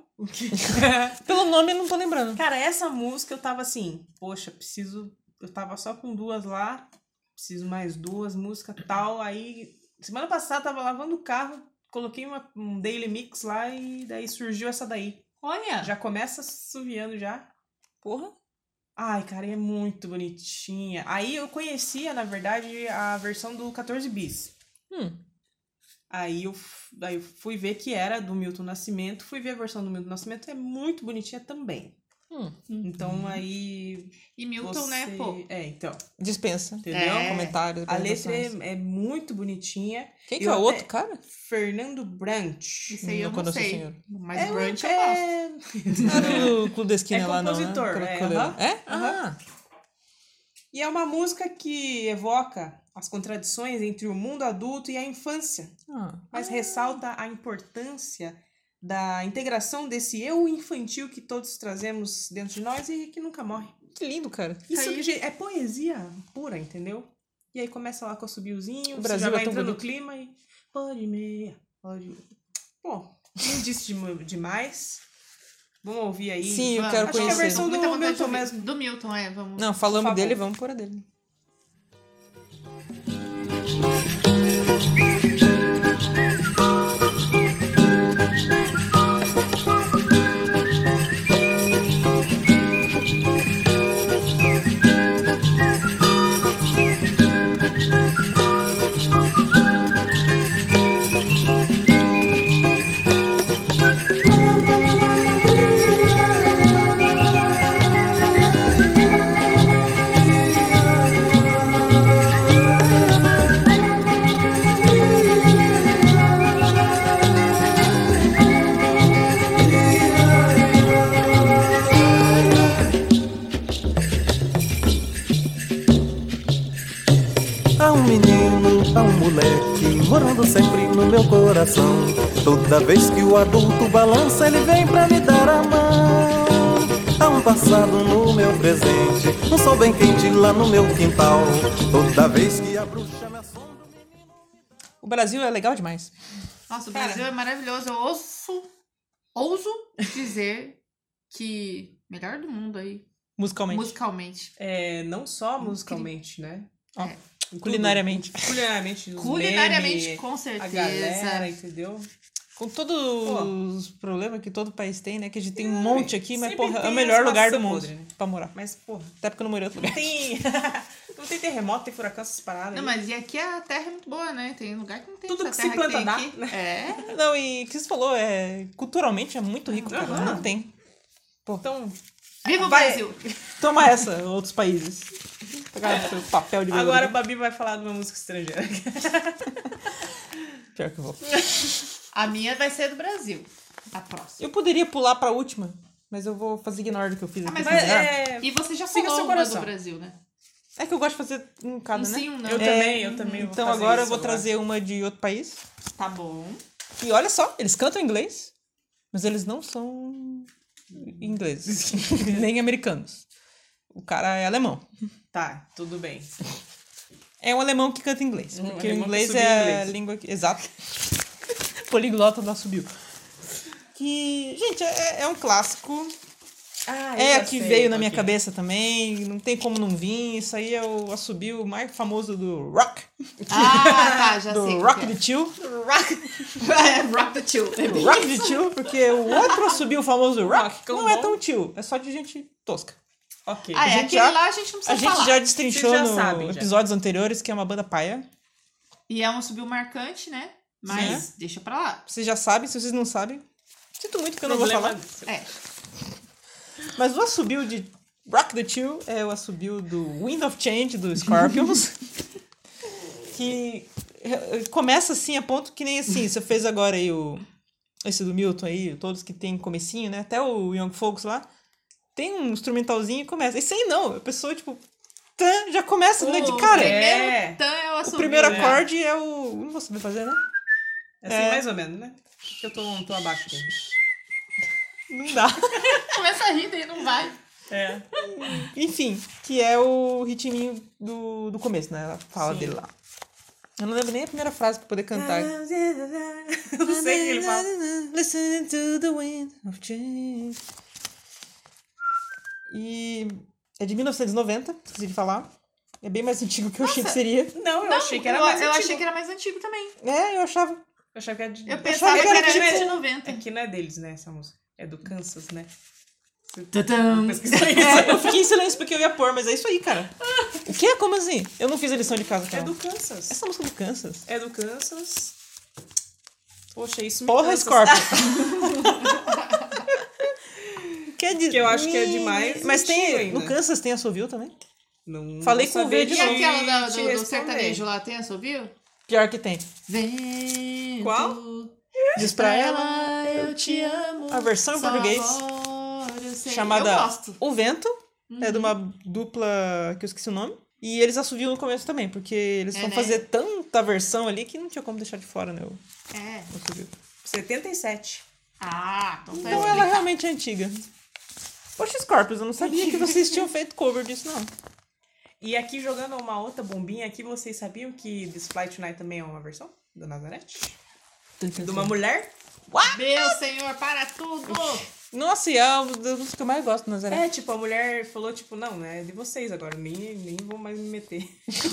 Speaker 4: Pelo nome eu não tô lembrando.
Speaker 2: Cara, essa música eu tava assim, poxa, preciso. Eu tava só com duas lá, preciso mais duas, música tal. Aí, semana passada tava lavando o carro, coloquei uma- um daily mix lá e daí surgiu essa daí.
Speaker 3: Olha,
Speaker 2: Já começa suviando já.
Speaker 4: Porra.
Speaker 2: Ai, cara, é muito bonitinha. Aí eu conhecia, na verdade, a versão do 14 bis.
Speaker 4: Hum.
Speaker 2: Aí eu, f- aí eu fui ver que era do Milton Nascimento, fui ver a versão do Milton Nascimento, é muito bonitinha também.
Speaker 4: Hum.
Speaker 2: Então aí.
Speaker 3: e Milton,
Speaker 2: você...
Speaker 3: né, pô?
Speaker 2: É, então.
Speaker 4: Dispensa.
Speaker 2: Entendeu?
Speaker 3: É.
Speaker 4: Comentário.
Speaker 2: A letra
Speaker 4: apresentações.
Speaker 2: é, é muito bonitinha.
Speaker 4: Quem que
Speaker 2: eu
Speaker 4: é o
Speaker 2: até-
Speaker 4: outro cara?
Speaker 2: Fernando Brant.
Speaker 3: Isso aí eu não
Speaker 4: conheço o
Speaker 3: sei.
Speaker 4: senhor.
Speaker 3: Mas
Speaker 2: É,
Speaker 3: o Brunch eu gosto.
Speaker 2: é...
Speaker 4: Não é do Clube da Esquina
Speaker 2: É
Speaker 4: lá, não. né?
Speaker 2: compositor,
Speaker 4: Aquela
Speaker 2: é,
Speaker 4: coisa lá.
Speaker 2: aham.
Speaker 4: É?
Speaker 2: Aham.
Speaker 4: Ah,
Speaker 2: E é uma música que evoca as contradições entre o mundo adulto e a infância.
Speaker 4: Ah.
Speaker 2: mas ressalta a importância da integração desse eu infantil que todos trazemos dentro de nós e que nunca morre.
Speaker 4: Que lindo, cara.
Speaker 2: Isso
Speaker 3: Aí-
Speaker 2: que é poesia pura, entendeu? E aí começa lá com o subiozinho,
Speaker 4: O
Speaker 2: o
Speaker 4: Brasil
Speaker 2: Brasil já vai
Speaker 4: é tão
Speaker 2: entrando
Speaker 4: bonito.
Speaker 2: no clima e pode meia, pode. Bom, não disse de- demais. Vamos ouvir aí.
Speaker 4: Sim, eu
Speaker 3: Vamos.
Speaker 4: quero
Speaker 2: Acho que é a
Speaker 4: conhecer.
Speaker 2: versão-
Speaker 3: Tô com muita
Speaker 2: do
Speaker 3: vontade de
Speaker 2: Milton
Speaker 3: ouvir.
Speaker 2: mesmo.
Speaker 3: Do Milton, é, vamos.
Speaker 4: Não, falamos
Speaker 2: Por favor.
Speaker 4: dele, vamos por a dele.
Speaker 5: Thank
Speaker 9: É era um moleque morando sempre no meu coração. Toda vez que o adulto balança, ele vem pra me dar a mão. Há um passado no meu presente, um sol bem quente lá no meu quintal. Toda vez que a bruxa me assombra.
Speaker 4: O Brasil é legal demais.
Speaker 3: Nossa, o Brasil é maravilhoso. Eu ouço, ouso dizer que melhor do mundo aí,
Speaker 4: Musicalmente.
Speaker 3: musicalmente.
Speaker 2: É, não só musicalmente, né?
Speaker 4: Ó,
Speaker 3: É.
Speaker 2: Tudo.
Speaker 4: Culinariamente.
Speaker 2: Culinariamente. os
Speaker 3: Culinariamente,
Speaker 2: memes,
Speaker 3: com
Speaker 2: a
Speaker 3: certeza.
Speaker 2: galera, entendeu?
Speaker 4: Com todos os problemas que todo país tem, né? Que a gente tem um monte aqui, mas
Speaker 2: sempre
Speaker 4: porra, é
Speaker 2: tem
Speaker 4: o melhor
Speaker 2: espaço
Speaker 4: lugar do mundo
Speaker 2: podre, né?
Speaker 4: pra morar.
Speaker 2: Mas, porra,
Speaker 4: Até porque eu não morei em outro
Speaker 2: não
Speaker 4: lugar.
Speaker 2: tem. não tem terremoto, tem furacão, essas paradas.
Speaker 3: Não,
Speaker 2: aí.
Speaker 3: mas e aqui a terra é muito boa, né? Tem lugar que não tem
Speaker 2: Tudo
Speaker 3: essa
Speaker 2: que se
Speaker 3: terra
Speaker 2: planta
Speaker 3: tem
Speaker 2: dá,
Speaker 3: aqui. É.
Speaker 4: Não, e o que você falou é. Culturalmente é muito rico, cara.
Speaker 2: Aham.
Speaker 4: Não tem.
Speaker 2: Então,
Speaker 3: Viva o
Speaker 2: Vai.
Speaker 3: Brasil!
Speaker 4: Toma essa, outros países. Pegar o seu papel de
Speaker 2: agora a
Speaker 4: vereador.
Speaker 2: Babi vai falar de uma música estrangeira.
Speaker 4: Pior que eu vou.
Speaker 3: A minha vai ser do Brasil. A próxima.
Speaker 4: Eu poderia pular pra última, mas eu vou fazer ignorar do que eu fiz.
Speaker 3: Ah,
Speaker 4: aqui,
Speaker 3: mas
Speaker 4: sabe?
Speaker 2: é,
Speaker 3: E você já
Speaker 2: Siga
Speaker 3: falou
Speaker 2: seu
Speaker 3: uma do
Speaker 2: coração.
Speaker 3: Brasil, né?
Speaker 4: É que eu gosto de fazer um cada,
Speaker 3: Um
Speaker 4: né?
Speaker 3: sim, um não.
Speaker 2: eu
Speaker 4: É,
Speaker 2: também, eu também. vou
Speaker 4: Então
Speaker 2: fazer
Speaker 4: agora eu
Speaker 2: isso
Speaker 4: vou trazer uma de outro país.
Speaker 3: Tá bom.
Speaker 4: E olha só, eles cantam inglês, mas eles não são ingleses, nem americanos. O cara é alemão.
Speaker 2: Tá, tudo bem.
Speaker 4: É um alemão que canta inglês,
Speaker 2: Um
Speaker 4: porque o
Speaker 2: alemão que
Speaker 4: inglês
Speaker 2: subiu
Speaker 4: é a
Speaker 2: inglês.
Speaker 4: língua que... Exato. Poliglota lá subiu. Que, gente, é, é um clássico. é a que
Speaker 3: um
Speaker 4: veio na minha cabeça também, não tem como não vir. Isso aí é o assobio mais famoso do rock,
Speaker 3: Ah, tá, já sei.
Speaker 4: do
Speaker 3: o
Speaker 4: rock
Speaker 3: que
Speaker 4: de tio.
Speaker 3: é. rock. é, rock the chill. É bem
Speaker 4: Rock de tio, porque o outro assobio famoso do rock
Speaker 2: Rock,
Speaker 4: não é
Speaker 2: bom.
Speaker 4: tão tio, é só de gente tosca.
Speaker 2: Ok.
Speaker 3: Ah, é,
Speaker 4: gente
Speaker 3: aquele
Speaker 4: já-
Speaker 3: lá a gente não precisa
Speaker 4: A gente
Speaker 3: falar.
Speaker 4: já destrinchou
Speaker 2: Vocês já
Speaker 4: no
Speaker 2: sabem, já.
Speaker 4: episódios anteriores que é uma banda paia.
Speaker 3: E é um subiu marcante, né? Mas deixa pra lá.
Speaker 4: Vocês já sabem, se vocês não sabem, sinto muito que eu não vou
Speaker 2: Problema
Speaker 4: falar.
Speaker 3: É.
Speaker 4: Mas o assobio de Rock the Chill é o assobio do Wind of Change do Scorpions. que eh, começa assim a ponto que nem assim, você fez agora aí o esse do Milton aí, todos que tem comecinho, né? Até o Young Folks lá tem um instrumentalzinho e começa. Esse aí não, a pessoa tipo tã, já começa, né, de
Speaker 3: O
Speaker 4: cara.
Speaker 3: primeiro
Speaker 2: É.
Speaker 3: tan Oh, é o
Speaker 4: O
Speaker 3: assobio.
Speaker 4: primeiro
Speaker 3: né?
Speaker 4: acorde é o. Não vou saber fazer, né?
Speaker 2: Assim,
Speaker 4: É.
Speaker 2: mais ou menos, né? Eu tô, tô abaixo aqui.
Speaker 4: Não dá.
Speaker 3: Começa a rir, daí não vai.
Speaker 2: É.
Speaker 4: Enfim, que é o ritminho do, do começo, né? Ela fala dele lá. Eu não lembro nem a primeira frase pra poder cantar.
Speaker 2: Eu não Tá. sei o que ele fala.
Speaker 4: Listening to the wind of change. E é de 1990, esqueci de falar. É bem mais antigo que eu achei que seria.
Speaker 2: Não, eu achei que era
Speaker 3: eu,
Speaker 2: mais
Speaker 3: Então, eu
Speaker 2: antigo.
Speaker 3: achei que era mais antigo também.
Speaker 4: É, eu achava.
Speaker 2: Eu achava que era de...
Speaker 3: Eu pensava que era,
Speaker 2: tipo-
Speaker 3: de 90.
Speaker 2: É que não é deles, né, essa música. É do Kansas, né?
Speaker 3: Tadam.
Speaker 2: Pesquisei.
Speaker 4: É, eu fiquei em silêncio porque eu ia pôr, mas é isso aí, cara. O quê? Como assim? Eu não fiz a lição de casa, cara.
Speaker 2: É do Kansas.
Speaker 4: Essa música do Kansas.
Speaker 2: É do Kansas. Poxa, isso me
Speaker 4: Porra,
Speaker 2: cansa.
Speaker 4: Scorpion. Quer dizer,
Speaker 2: Que eu acho que é demais
Speaker 4: Mas
Speaker 2: antigo
Speaker 4: tem.
Speaker 2: ainda.
Speaker 4: No Kansas tem assovio também?
Speaker 2: Não
Speaker 4: Falei
Speaker 2: vou
Speaker 4: com o
Speaker 2: saber
Speaker 4: V
Speaker 3: E
Speaker 4: de
Speaker 2: te
Speaker 4: novo.
Speaker 3: aquela da- do, do
Speaker 2: responder.
Speaker 3: sertanejo lá, tem essa, ouviu?
Speaker 4: Pior que tem.
Speaker 3: Vento.
Speaker 2: Qual?
Speaker 4: Diz pra
Speaker 3: Pra
Speaker 4: ela.
Speaker 3: ela, eu te amo.
Speaker 4: A versão em
Speaker 3: só
Speaker 4: português,
Speaker 3: agora eu sei.
Speaker 4: Chamada
Speaker 3: Eu gosto. Uhum.
Speaker 4: O Vento. É de uma dupla que eu esqueci o nome. E eles assoviam no começo também, porque eles
Speaker 3: É,
Speaker 4: vão
Speaker 3: né?
Speaker 4: fazer tanta versão ali que não tinha como deixar de fora, né? O
Speaker 3: É.
Speaker 4: o assovio.
Speaker 2: 77.
Speaker 3: Ah, então tá
Speaker 4: Então
Speaker 3: explicado.
Speaker 4: ela realmente é antiga. Poxa, Scorpions, eu não sabia que vocês tinham feito cover disso, não.
Speaker 2: E aqui jogando uma outra bombinha aqui, vocês sabiam que This Flight Tonight também é uma versão? Da Nazareth? De uma mulher?
Speaker 3: Meu senhor, para tudo!
Speaker 4: Nossa, e é a música que eu mais gosto, Nazaré.
Speaker 2: É, tipo, a mulher falou, tipo, não, é de vocês agora, nem, nem vou mais me meter.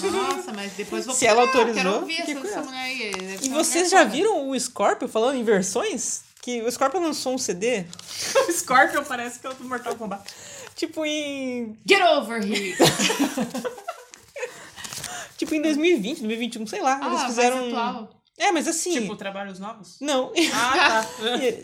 Speaker 3: Nossa, mas depois vou
Speaker 4: Se ela
Speaker 3: procurar, eu
Speaker 4: autorizou,
Speaker 3: Quero ouvir
Speaker 4: fiquei
Speaker 3: essa, essa
Speaker 4: curiosa.
Speaker 3: mulher aí. deve ser
Speaker 4: E
Speaker 3: uma
Speaker 4: vocês
Speaker 3: mulher é
Speaker 4: já
Speaker 3: foda.
Speaker 4: viram o Scorpion falando em versões? Que o Scorpion lançou um CD,
Speaker 2: o Scorpion parece que é o do Mortal Kombat.
Speaker 4: tipo em.
Speaker 3: Get over here!
Speaker 4: Tipo em 2020, 2021, sei lá.
Speaker 3: Ah,
Speaker 4: eles
Speaker 3: mais
Speaker 4: fizeram.
Speaker 3: atual.
Speaker 4: É, mas assim.
Speaker 2: Tipo, trabalhos novos?
Speaker 4: Não.
Speaker 2: Ah, tá.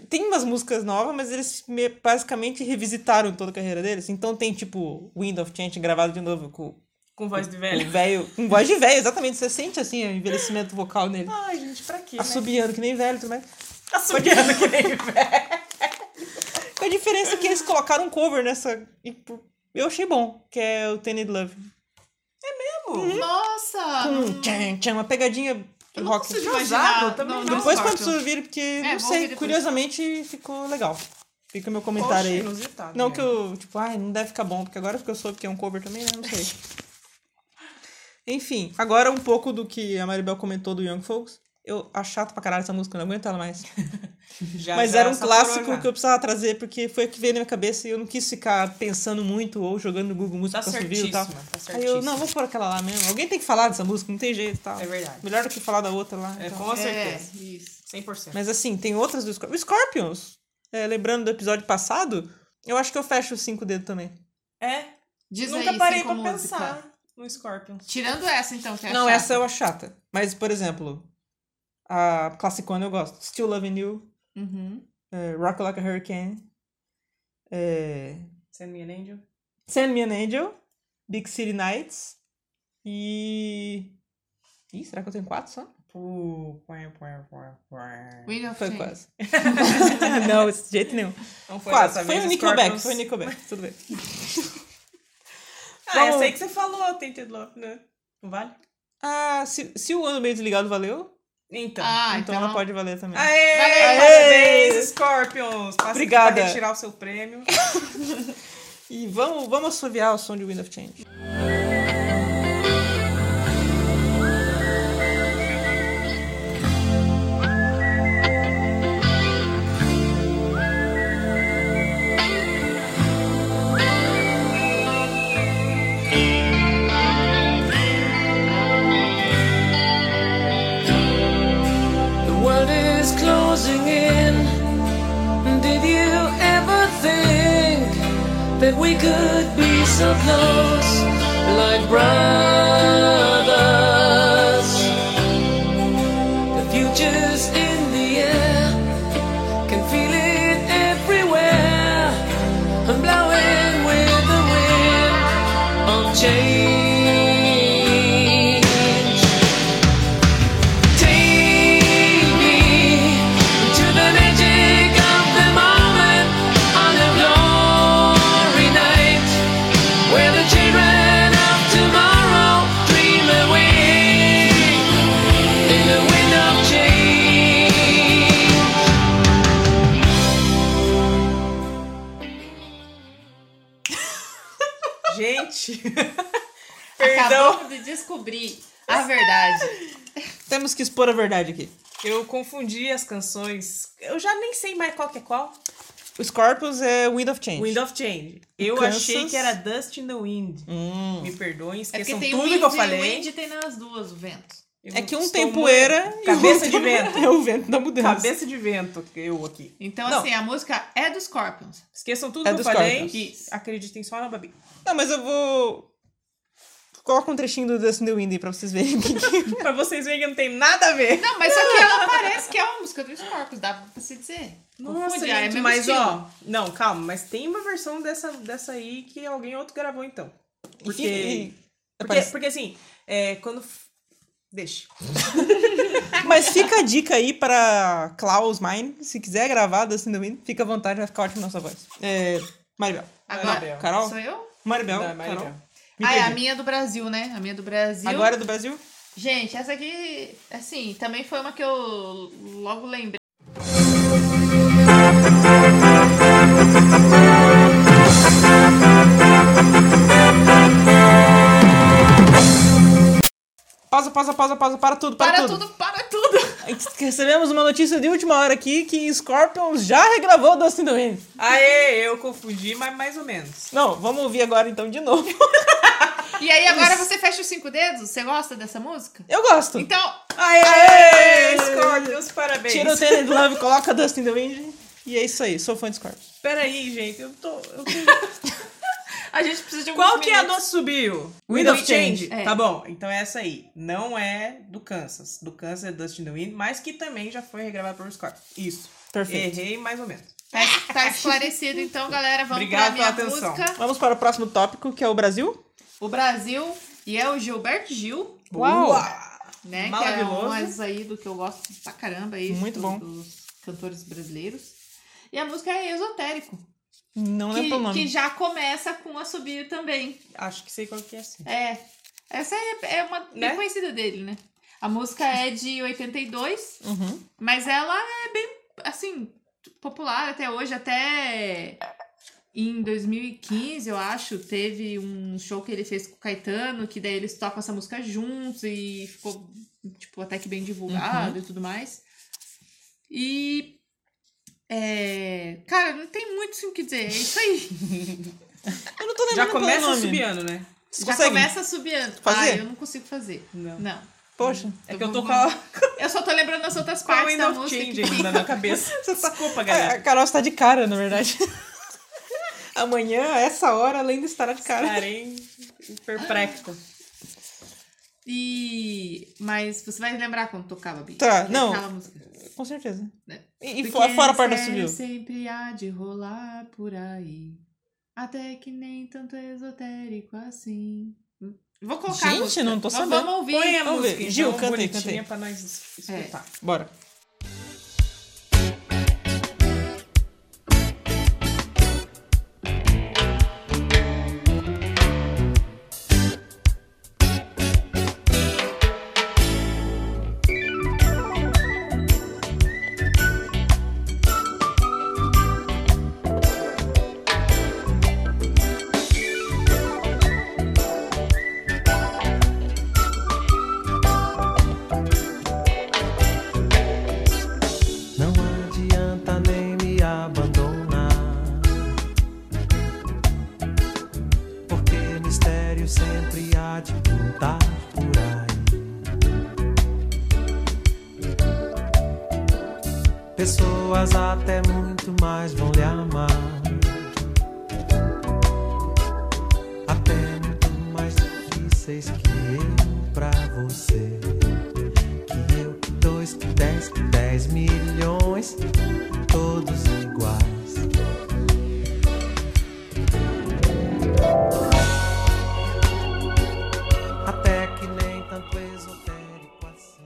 Speaker 4: Tem umas músicas novas, mas eles me- basicamente revisitaram toda a carreira deles. Então tem, tipo, Wind of Change gravado de novo com o
Speaker 2: Com voz de velho.
Speaker 4: velho. Com voz de velho, exatamente. Você sente, assim, o envelhecimento vocal nele.
Speaker 2: Ai, gente, pra quê, né?
Speaker 4: Assobiando, Tá que nem velho, tudo mais.
Speaker 2: Tá subindo que nem velho.
Speaker 4: A diferença é que eles colocaram um cover nessa. e por- Eu achei bom, que é o Tainted Love.
Speaker 3: Nossa!
Speaker 4: Hum, tchan, tchan, uma pegadinha
Speaker 2: Eu não
Speaker 4: rock.
Speaker 2: consigo
Speaker 4: Mas
Speaker 2: imaginar.
Speaker 4: usado,
Speaker 2: também não.
Speaker 4: Depois
Speaker 2: Nossa,
Speaker 4: quando
Speaker 2: Marcos.
Speaker 3: É,
Speaker 4: vocês ouvirem, porque não
Speaker 3: vou
Speaker 4: sei,
Speaker 3: ouvir depois.
Speaker 4: curiosamente ficou legal. Fica o meu
Speaker 2: Poxa,
Speaker 4: comentário aí.
Speaker 2: inusitado.
Speaker 4: Não
Speaker 2: né?
Speaker 4: que eu, tipo, ai, não deve ficar bom, porque agora que eu soube que é um cover também, né? Não sei. Enfim, agora um pouco do que a Maribel comentou do Young Folks. Eu acho chato pra caralho essa música, não aguento ela mais.
Speaker 2: Já-
Speaker 4: Mas
Speaker 2: já
Speaker 4: era um
Speaker 2: saturou
Speaker 4: clássico
Speaker 2: já.
Speaker 4: que eu precisava trazer, porque foi o que veio na minha cabeça e eu não quis ficar pensando muito ou jogando no Google Música
Speaker 2: Tá
Speaker 4: pra subir e tal.
Speaker 2: certíssima, tá
Speaker 4: Aí eu,
Speaker 2: certíssima.
Speaker 4: não, vou pôr aquela lá mesmo. Alguém tem que falar dessa música, não tem jeito e tal.
Speaker 2: É verdade.
Speaker 4: Melhor do que falar da outra lá.
Speaker 2: É,
Speaker 4: então.
Speaker 2: com certeza.
Speaker 3: É, isso.
Speaker 2: 100%.
Speaker 4: Mas assim, tem outras do Scorpions. Scorpions, é, lembrando do episódio passado, eu acho que eu fecho os cinco dedos também.
Speaker 2: É,
Speaker 3: Diz
Speaker 2: nunca
Speaker 3: aí,
Speaker 2: parei
Speaker 3: cinco
Speaker 2: pra
Speaker 3: músicas.
Speaker 2: pensar no Scorpion.
Speaker 3: Tirando essa, então, que é a
Speaker 4: não,
Speaker 3: chata.
Speaker 4: essa eu acho chata. Mas, por exemplo, a classicona eu gosto. Still Loving You,
Speaker 3: Uhum.
Speaker 4: é, Rock Like a Hurricane, é,
Speaker 2: Send Me an Angel.
Speaker 4: Send Me an Angel, Big City Nights e... Ih, será que eu tenho quatro só?
Speaker 2: Pô, pué, pué, pué, pué.
Speaker 3: Wind of
Speaker 4: Foi
Speaker 3: Change.
Speaker 4: quase. não, de jeito nenhum.
Speaker 2: Não foi
Speaker 4: Quase.
Speaker 2: dessa
Speaker 4: Foi
Speaker 2: vez,
Speaker 4: o Nickelback,
Speaker 2: Scorpions.
Speaker 4: foi o Nickelback. Tudo bem.
Speaker 2: Ah, essa
Speaker 4: Vamos-
Speaker 2: aí que você falou, Tainted Love, né? Não vale?
Speaker 4: Ah, se, se o ano meio desligado valeu,
Speaker 2: Então. Ah, é.
Speaker 3: Ah,
Speaker 4: então,
Speaker 3: então,
Speaker 4: ela pode valer também.
Speaker 2: Aê,
Speaker 3: Valeu!
Speaker 2: parabéns, Scorpions! Passa
Speaker 4: Obrigada.
Speaker 2: aqui pra retirar o seu prêmio.
Speaker 4: E vamos, vamos assoviar o som de Wind of Change.
Speaker 1: The world is closing in. Did you ever think that we could be so close, like brothers? The future's in the air, can feel it everywhere. I'm blowing with the wind of change. Take me to the magic of the moment on a glory night, where the children of tomorrow dream away in the wind of change.
Speaker 2: Gente!
Speaker 3: Acabamos de descobrir a verdade. É
Speaker 4: Temos que expor a verdade aqui.
Speaker 2: Eu confundi as canções. Eu já nem sei mais qual que é qual.
Speaker 4: O Scorpions é Wind of Change.
Speaker 2: Wind of Change. Eu
Speaker 4: Kansas.
Speaker 2: achei que era Dust in the Wind.
Speaker 4: Hum.
Speaker 2: Me perdoem,
Speaker 3: É porque
Speaker 2: esqueçam
Speaker 3: tem
Speaker 2: tudo
Speaker 3: wind,
Speaker 2: que eu
Speaker 3: e
Speaker 2: falei.
Speaker 3: wind tem nas duas, o vento.
Speaker 2: Eu
Speaker 4: É que um
Speaker 2: estou
Speaker 4: tem
Speaker 2: muito-
Speaker 4: poeira e o
Speaker 2: Cabeça de
Speaker 4: outro
Speaker 2: vento.
Speaker 4: É o vento da mudança.
Speaker 2: Cabeça de vento, eu aqui.
Speaker 3: Então,
Speaker 4: Não.
Speaker 3: assim, a música é dos Scorpions.
Speaker 2: Esqueçam tudo
Speaker 4: É
Speaker 2: que eu
Speaker 4: dos
Speaker 2: falei
Speaker 4: Scorpions.
Speaker 2: e acreditem só na Babi.
Speaker 4: Não, mas eu vou... Coloca um trechinho do Dust in the Wind aí pra vocês verem.
Speaker 2: pra vocês verem que não tem nada a ver.
Speaker 3: Não, mas só que ela parece que é uma música dos Scorpions, dá pra se dizer.
Speaker 2: Nossa,
Speaker 3: ah, é
Speaker 2: gente,
Speaker 3: mesmo
Speaker 2: mas
Speaker 3: estilo.
Speaker 2: ó, não, calma, mas tem uma versão dessa, dessa aí que alguém outro gravou então. Porque,
Speaker 4: E- e-
Speaker 2: porque,
Speaker 4: parece-
Speaker 2: porque, assim, é, quando. f- Deixa.
Speaker 4: Mas fica a dica aí pra Klaus Mine. Se quiser gravar Dust in the Wind, fica à vontade, vai ficar ótimo na sua voz. É... Maribel.
Speaker 3: Agora,
Speaker 4: Carol?
Speaker 3: sou eu?
Speaker 4: Maribel.
Speaker 2: Da Maribel.
Speaker 4: Carol. Me
Speaker 3: Ah, é a
Speaker 4: perdi.
Speaker 3: minha do Brasil, né? A minha do Brasil.
Speaker 4: Agora é do Brasil?
Speaker 3: Gente, essa aqui, assim, também foi uma que eu logo lembrei.
Speaker 4: Pausa, pausa, pausa, pausa. Para tudo, para,
Speaker 3: Para
Speaker 4: tudo. É
Speaker 3: tudo, para tudo!
Speaker 4: Recebemos uma notícia de última hora aqui que Scorpions já regravou Dust in the Wind.
Speaker 2: Aê, eu confundi, mas mais ou menos.
Speaker 4: Não, vamos ouvir agora então de novo.
Speaker 3: E aí, agora você fecha os cinco dedos? Você gosta dessa música?
Speaker 4: Eu gosto.
Speaker 3: Então,
Speaker 2: Aê, aê, Scorpions,
Speaker 3: É
Speaker 2: parabéns.
Speaker 4: Tira o Tenet Love, coloca Dust in the Wind. E é isso aí, sou fã de Scorpions.
Speaker 2: Peraí, gente, eu tô. eu tô-
Speaker 3: a gente precisa de um
Speaker 2: Qual que é a do subiu?
Speaker 4: Wind of Change.
Speaker 3: É.
Speaker 2: Tá bom, então é essa aí. Não é do Kansas. Do Kansas é Dust in the Wind, mas que também já foi regravado por Scorpions. Isso.
Speaker 4: Perfeito.
Speaker 2: Errei mais ou menos.
Speaker 3: Tá, tá esclarecido, então, galera. Vamos
Speaker 2: Obrigado
Speaker 3: pra minha
Speaker 2: pela atenção.
Speaker 3: música.
Speaker 4: Vamos para o próximo tópico, que é o Brasil.
Speaker 3: O Brasil, e é o Gilberto Gil,
Speaker 2: Uau!
Speaker 3: né? Que é
Speaker 2: Maravilhoso.
Speaker 3: umas aí do que eu gosto pra caramba aí.
Speaker 4: Muito
Speaker 3: do-
Speaker 4: bom.
Speaker 3: Dos cantores brasileiros. E a música é Esotérico,
Speaker 4: Não lembro o
Speaker 2: é
Speaker 3: que,
Speaker 4: nome.
Speaker 3: que já começa com a subir também.
Speaker 2: Acho que sei qual que é assim.
Speaker 3: É. Essa é, é uma bem
Speaker 2: Né?
Speaker 3: conhecida dele, né? A música é de 82,
Speaker 4: Uhum.
Speaker 3: mas ela é bem, assim, popular até hoje. Até em 2015, eu acho, teve um show que ele fez com o Caetano, que daí eles tocam essa música juntos e ficou, tipo, até que bem divulgado
Speaker 2: Uhum.
Speaker 3: e tudo mais. E. é, cara, não tem muito assim, o que dizer. É isso aí.
Speaker 4: Eu não tô lembrando
Speaker 2: Já começa
Speaker 4: pelo nome.
Speaker 2: subiando, né?
Speaker 4: Você
Speaker 3: Já
Speaker 4: consegue?
Speaker 3: começa subindo.
Speaker 4: Fazer?
Speaker 3: Ah, eu não consigo fazer.
Speaker 2: Não.
Speaker 3: Não.
Speaker 4: Poxa,
Speaker 2: É que eu
Speaker 3: vou-
Speaker 2: tô com a
Speaker 3: Eu só tô lembrando das outras
Speaker 2: com a
Speaker 3: partes
Speaker 2: Wind
Speaker 3: da
Speaker 2: of
Speaker 3: música.
Speaker 2: Change
Speaker 3: Que
Speaker 2: ainda né? na cabeça. Desculpa, galera.
Speaker 4: É, a a Carol está de cara, na verdade. Amanhã, a essa hora, ela ainda estará de cara.
Speaker 2: Estarei perplexa.
Speaker 3: E... Mas você vai lembrar quando tocava, Bi.
Speaker 4: Tá,
Speaker 3: É
Speaker 4: não.
Speaker 3: Aquela música.
Speaker 4: Com certeza.
Speaker 3: É.
Speaker 4: E, e
Speaker 3: Porque é
Speaker 4: fora, fora a parte da
Speaker 3: sério
Speaker 4: subiu.
Speaker 3: sempre há de rolar por aí. Até que nem tanto esotérico assim. Vou colocar a
Speaker 4: Gente,
Speaker 3: música.
Speaker 4: não tô
Speaker 3: Nós
Speaker 4: sabendo.
Speaker 3: Vamos ouvir.
Speaker 2: Põe a
Speaker 4: Vamos ver.
Speaker 2: música,
Speaker 4: Gil,
Speaker 2: então,
Speaker 4: canta aí,
Speaker 2: bonitinha
Speaker 4: canta aí. É.
Speaker 2: pra nós es- escutar.
Speaker 4: Bora.
Speaker 9: Não adianta nem me abandonar. Porque mistério sempre há de contar por aí. Pessoas até muito mais vão lhe amar. Até muito mais difíceis que eu pra você que eu, que dois, que dez, que dez milhões, todos iguais. Até que nem tanto esotérico assim.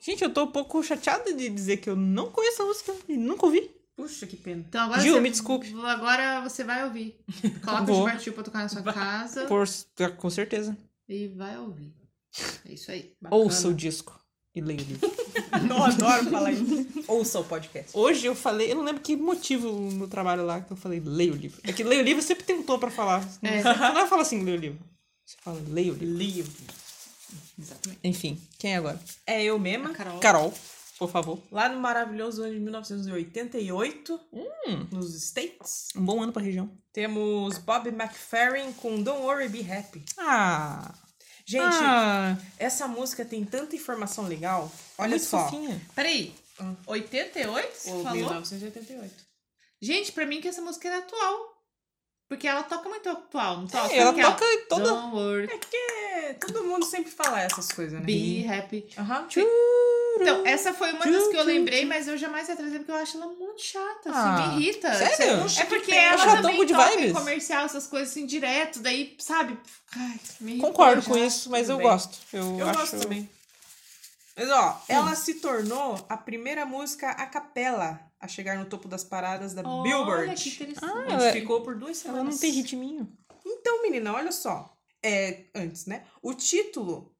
Speaker 4: Gente, eu tô um pouco chateada de dizer que eu não conheço a música e nunca ouvi.
Speaker 2: Puxa, que pena.
Speaker 3: Então agora
Speaker 4: Gil,
Speaker 3: você...
Speaker 4: me desculpe.
Speaker 3: Agora você vai ouvir. Coloca o
Speaker 4: Vou.
Speaker 3: Gilbertinho pra tocar na sua casa
Speaker 4: Por, com certeza.
Speaker 3: e vai ouvir. É isso aí.
Speaker 4: Ouça o disco e leia o livro.
Speaker 2: Não adoro falar isso. Ouça o podcast.
Speaker 4: Hoje eu falei, eu não lembro que motivo no trabalho lá que eu falei, leia o livro. É que leia o livro sempre tem um tom pra falar.
Speaker 3: É.
Speaker 4: Você não fala assim, leia o livro. Você fala, leia o livro.
Speaker 2: Livro.
Speaker 3: Exatamente.
Speaker 4: Enfim, quem é agora?
Speaker 2: É eu mesma.
Speaker 3: Carol.
Speaker 4: Carol, por favor.
Speaker 2: Lá no maravilhoso ano de 1988, nos States,
Speaker 4: Um bom ano pra região.
Speaker 2: temos Bob McFerrin com Don't Worry, Be Happy.
Speaker 4: Ah!
Speaker 2: Gente,
Speaker 4: ah,
Speaker 2: essa música tem tanta informação legal. Olha
Speaker 4: É muito
Speaker 2: só.
Speaker 4: fofinha.
Speaker 3: Peraí. 88? Você
Speaker 2: Ou
Speaker 3: falou?
Speaker 2: 1988.
Speaker 3: Gente, pra mim que essa música era atual. Porque ela toca muito atual, não toca?
Speaker 4: É, ela
Speaker 3: Aquela,
Speaker 4: toca em toda-
Speaker 3: Don't worry,
Speaker 2: É que todo mundo sempre fala essas coisas, né?
Speaker 3: be happy.
Speaker 2: Aham.
Speaker 3: Então, essa foi uma das que eu lembrei, mas eu jamais ia trazer porque eu acho ela muito chata, assim,
Speaker 4: Ah,
Speaker 3: me irrita.
Speaker 4: sério?
Speaker 3: É porque
Speaker 4: É
Speaker 3: ela
Speaker 4: chatão,
Speaker 3: também
Speaker 4: good
Speaker 3: toca em
Speaker 4: vibes?
Speaker 3: comercial, essas coisas assim, direto, daí, sabe? Ai, me irritou
Speaker 4: Concordo
Speaker 3: já.
Speaker 4: com isso, mas eu
Speaker 2: né? tudo bem.
Speaker 4: gosto. Eu,
Speaker 2: Eu
Speaker 4: acho...
Speaker 2: gosto também. Mas ó, ela se tornou a primeira música a capela a chegar no topo das paradas da
Speaker 3: Olha,
Speaker 2: Billboard.
Speaker 3: que interessante.
Speaker 4: Ah,
Speaker 2: Onde
Speaker 4: ela,
Speaker 2: ficou por duas semanas.
Speaker 4: ela não tem ritminho.
Speaker 2: Então, menina, olha só. É, antes, né? O título,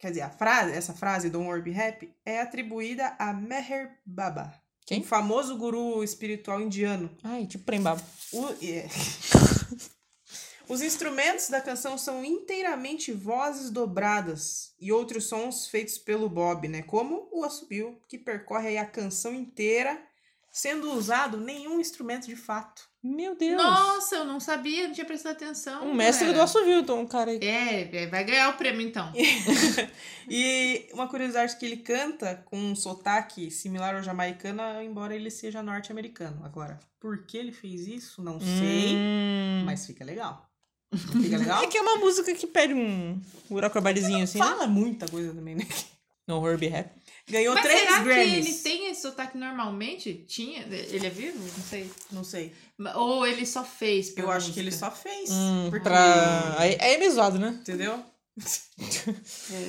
Speaker 2: quer dizer, a frase, essa frase, Don't Worry Be Happy, é atribuída a Meher Baba.
Speaker 4: Quem?
Speaker 2: Um famoso guru espiritual indiano.
Speaker 4: Ai, tipo Prembaba.
Speaker 2: O- é. Os instrumentos da canção são inteiramente vozes dobradas e outros sons feitos pelo Bob, né? Como o assobio, que percorre aí a canção inteira, sendo usado nenhum instrumento de fato.
Speaker 4: Meu Deus.
Speaker 3: Nossa, eu não sabia, não tinha prestado atenção.
Speaker 4: Um mestre do
Speaker 3: galera.
Speaker 4: assovio, então, um cara aí.
Speaker 3: É, é, vai ganhar o prêmio então.
Speaker 2: E uma curiosidade é que ele canta com um sotaque similar ao jamaicano, embora ele seja norte-americano. Agora, por que ele fez isso? Não sei,
Speaker 4: Hum.
Speaker 2: mas fica legal. Não Fica legal?
Speaker 4: É que é uma música que pede um, um acrobatezinho assim, né?
Speaker 2: Fala muita coisa também, né?
Speaker 4: No Herbie Happy.
Speaker 2: Ganhou
Speaker 3: Mas
Speaker 2: três
Speaker 3: será
Speaker 2: Grammys.
Speaker 3: que ele tem esse sotaque normalmente? Tinha? Ele é vivo? Não sei.
Speaker 2: Não sei.
Speaker 3: Ou ele só fez? pra
Speaker 2: Eu acho
Speaker 3: música?
Speaker 2: que ele só fez.
Speaker 4: Hum,
Speaker 2: porque-
Speaker 4: pra... Aí aí é meio zoado, né?
Speaker 2: Entendeu?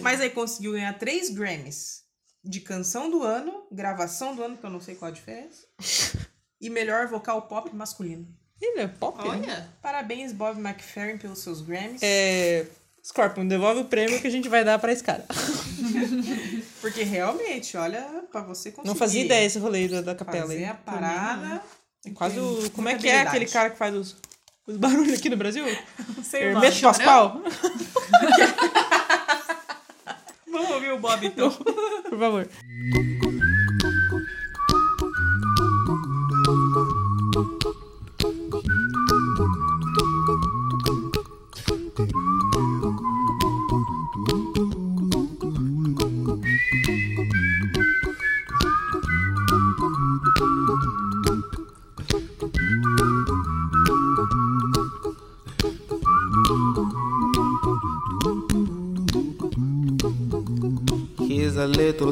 Speaker 2: Mas aí conseguiu ganhar três Grammys. De canção do ano, gravação do ano, que eu não sei qual a diferença. e melhor vocal pop masculino.
Speaker 4: Ele é pop, né?
Speaker 3: Olha,
Speaker 2: Parabéns, Bob McFerrin, pelos seus Grammys.
Speaker 4: É, Scorpion, devolve o prêmio que a gente vai dar pra esse cara.
Speaker 2: Porque realmente, olha, pra você conseguir.
Speaker 4: Não fazia ideia esse rolê da, da capela
Speaker 2: Fazer
Speaker 4: aí.
Speaker 2: a parada.
Speaker 4: É Quase o.
Speaker 2: Tem
Speaker 4: Como é que é aquele
Speaker 2: habilidade.
Speaker 4: cara que faz os, os barulhos aqui no Brasil?
Speaker 2: Não sei o nome.
Speaker 4: Hermeto Pascoal?
Speaker 2: Vamos ouvir o Bob então.
Speaker 4: Por favor.
Speaker 9: Here's a little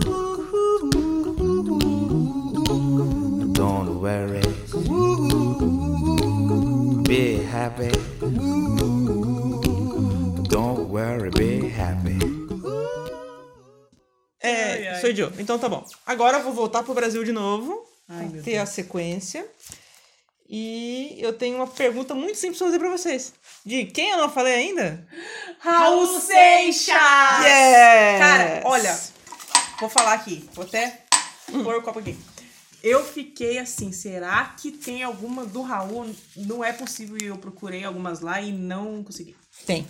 Speaker 9: Don't worry. Be happy. Don't worry, be happy.
Speaker 4: É,
Speaker 2: Ai, ai.
Speaker 4: sou idiota. Então tá bom. Agora eu vou voltar pro Brasil de novo.
Speaker 2: Ai,
Speaker 4: pra
Speaker 2: meu
Speaker 4: ter a sequência. E eu tenho uma pergunta muito simples pra fazer pra vocês. De quem eu não falei ainda?
Speaker 2: Raul Seixas!
Speaker 4: Yes!
Speaker 2: Cara, olha, vou falar aqui, vou até
Speaker 4: Hum.
Speaker 2: pôr o copo aqui. Eu fiquei assim, será que tem alguma do Raul? Não é possível, e eu procurei algumas lá e não consegui.
Speaker 4: Tem.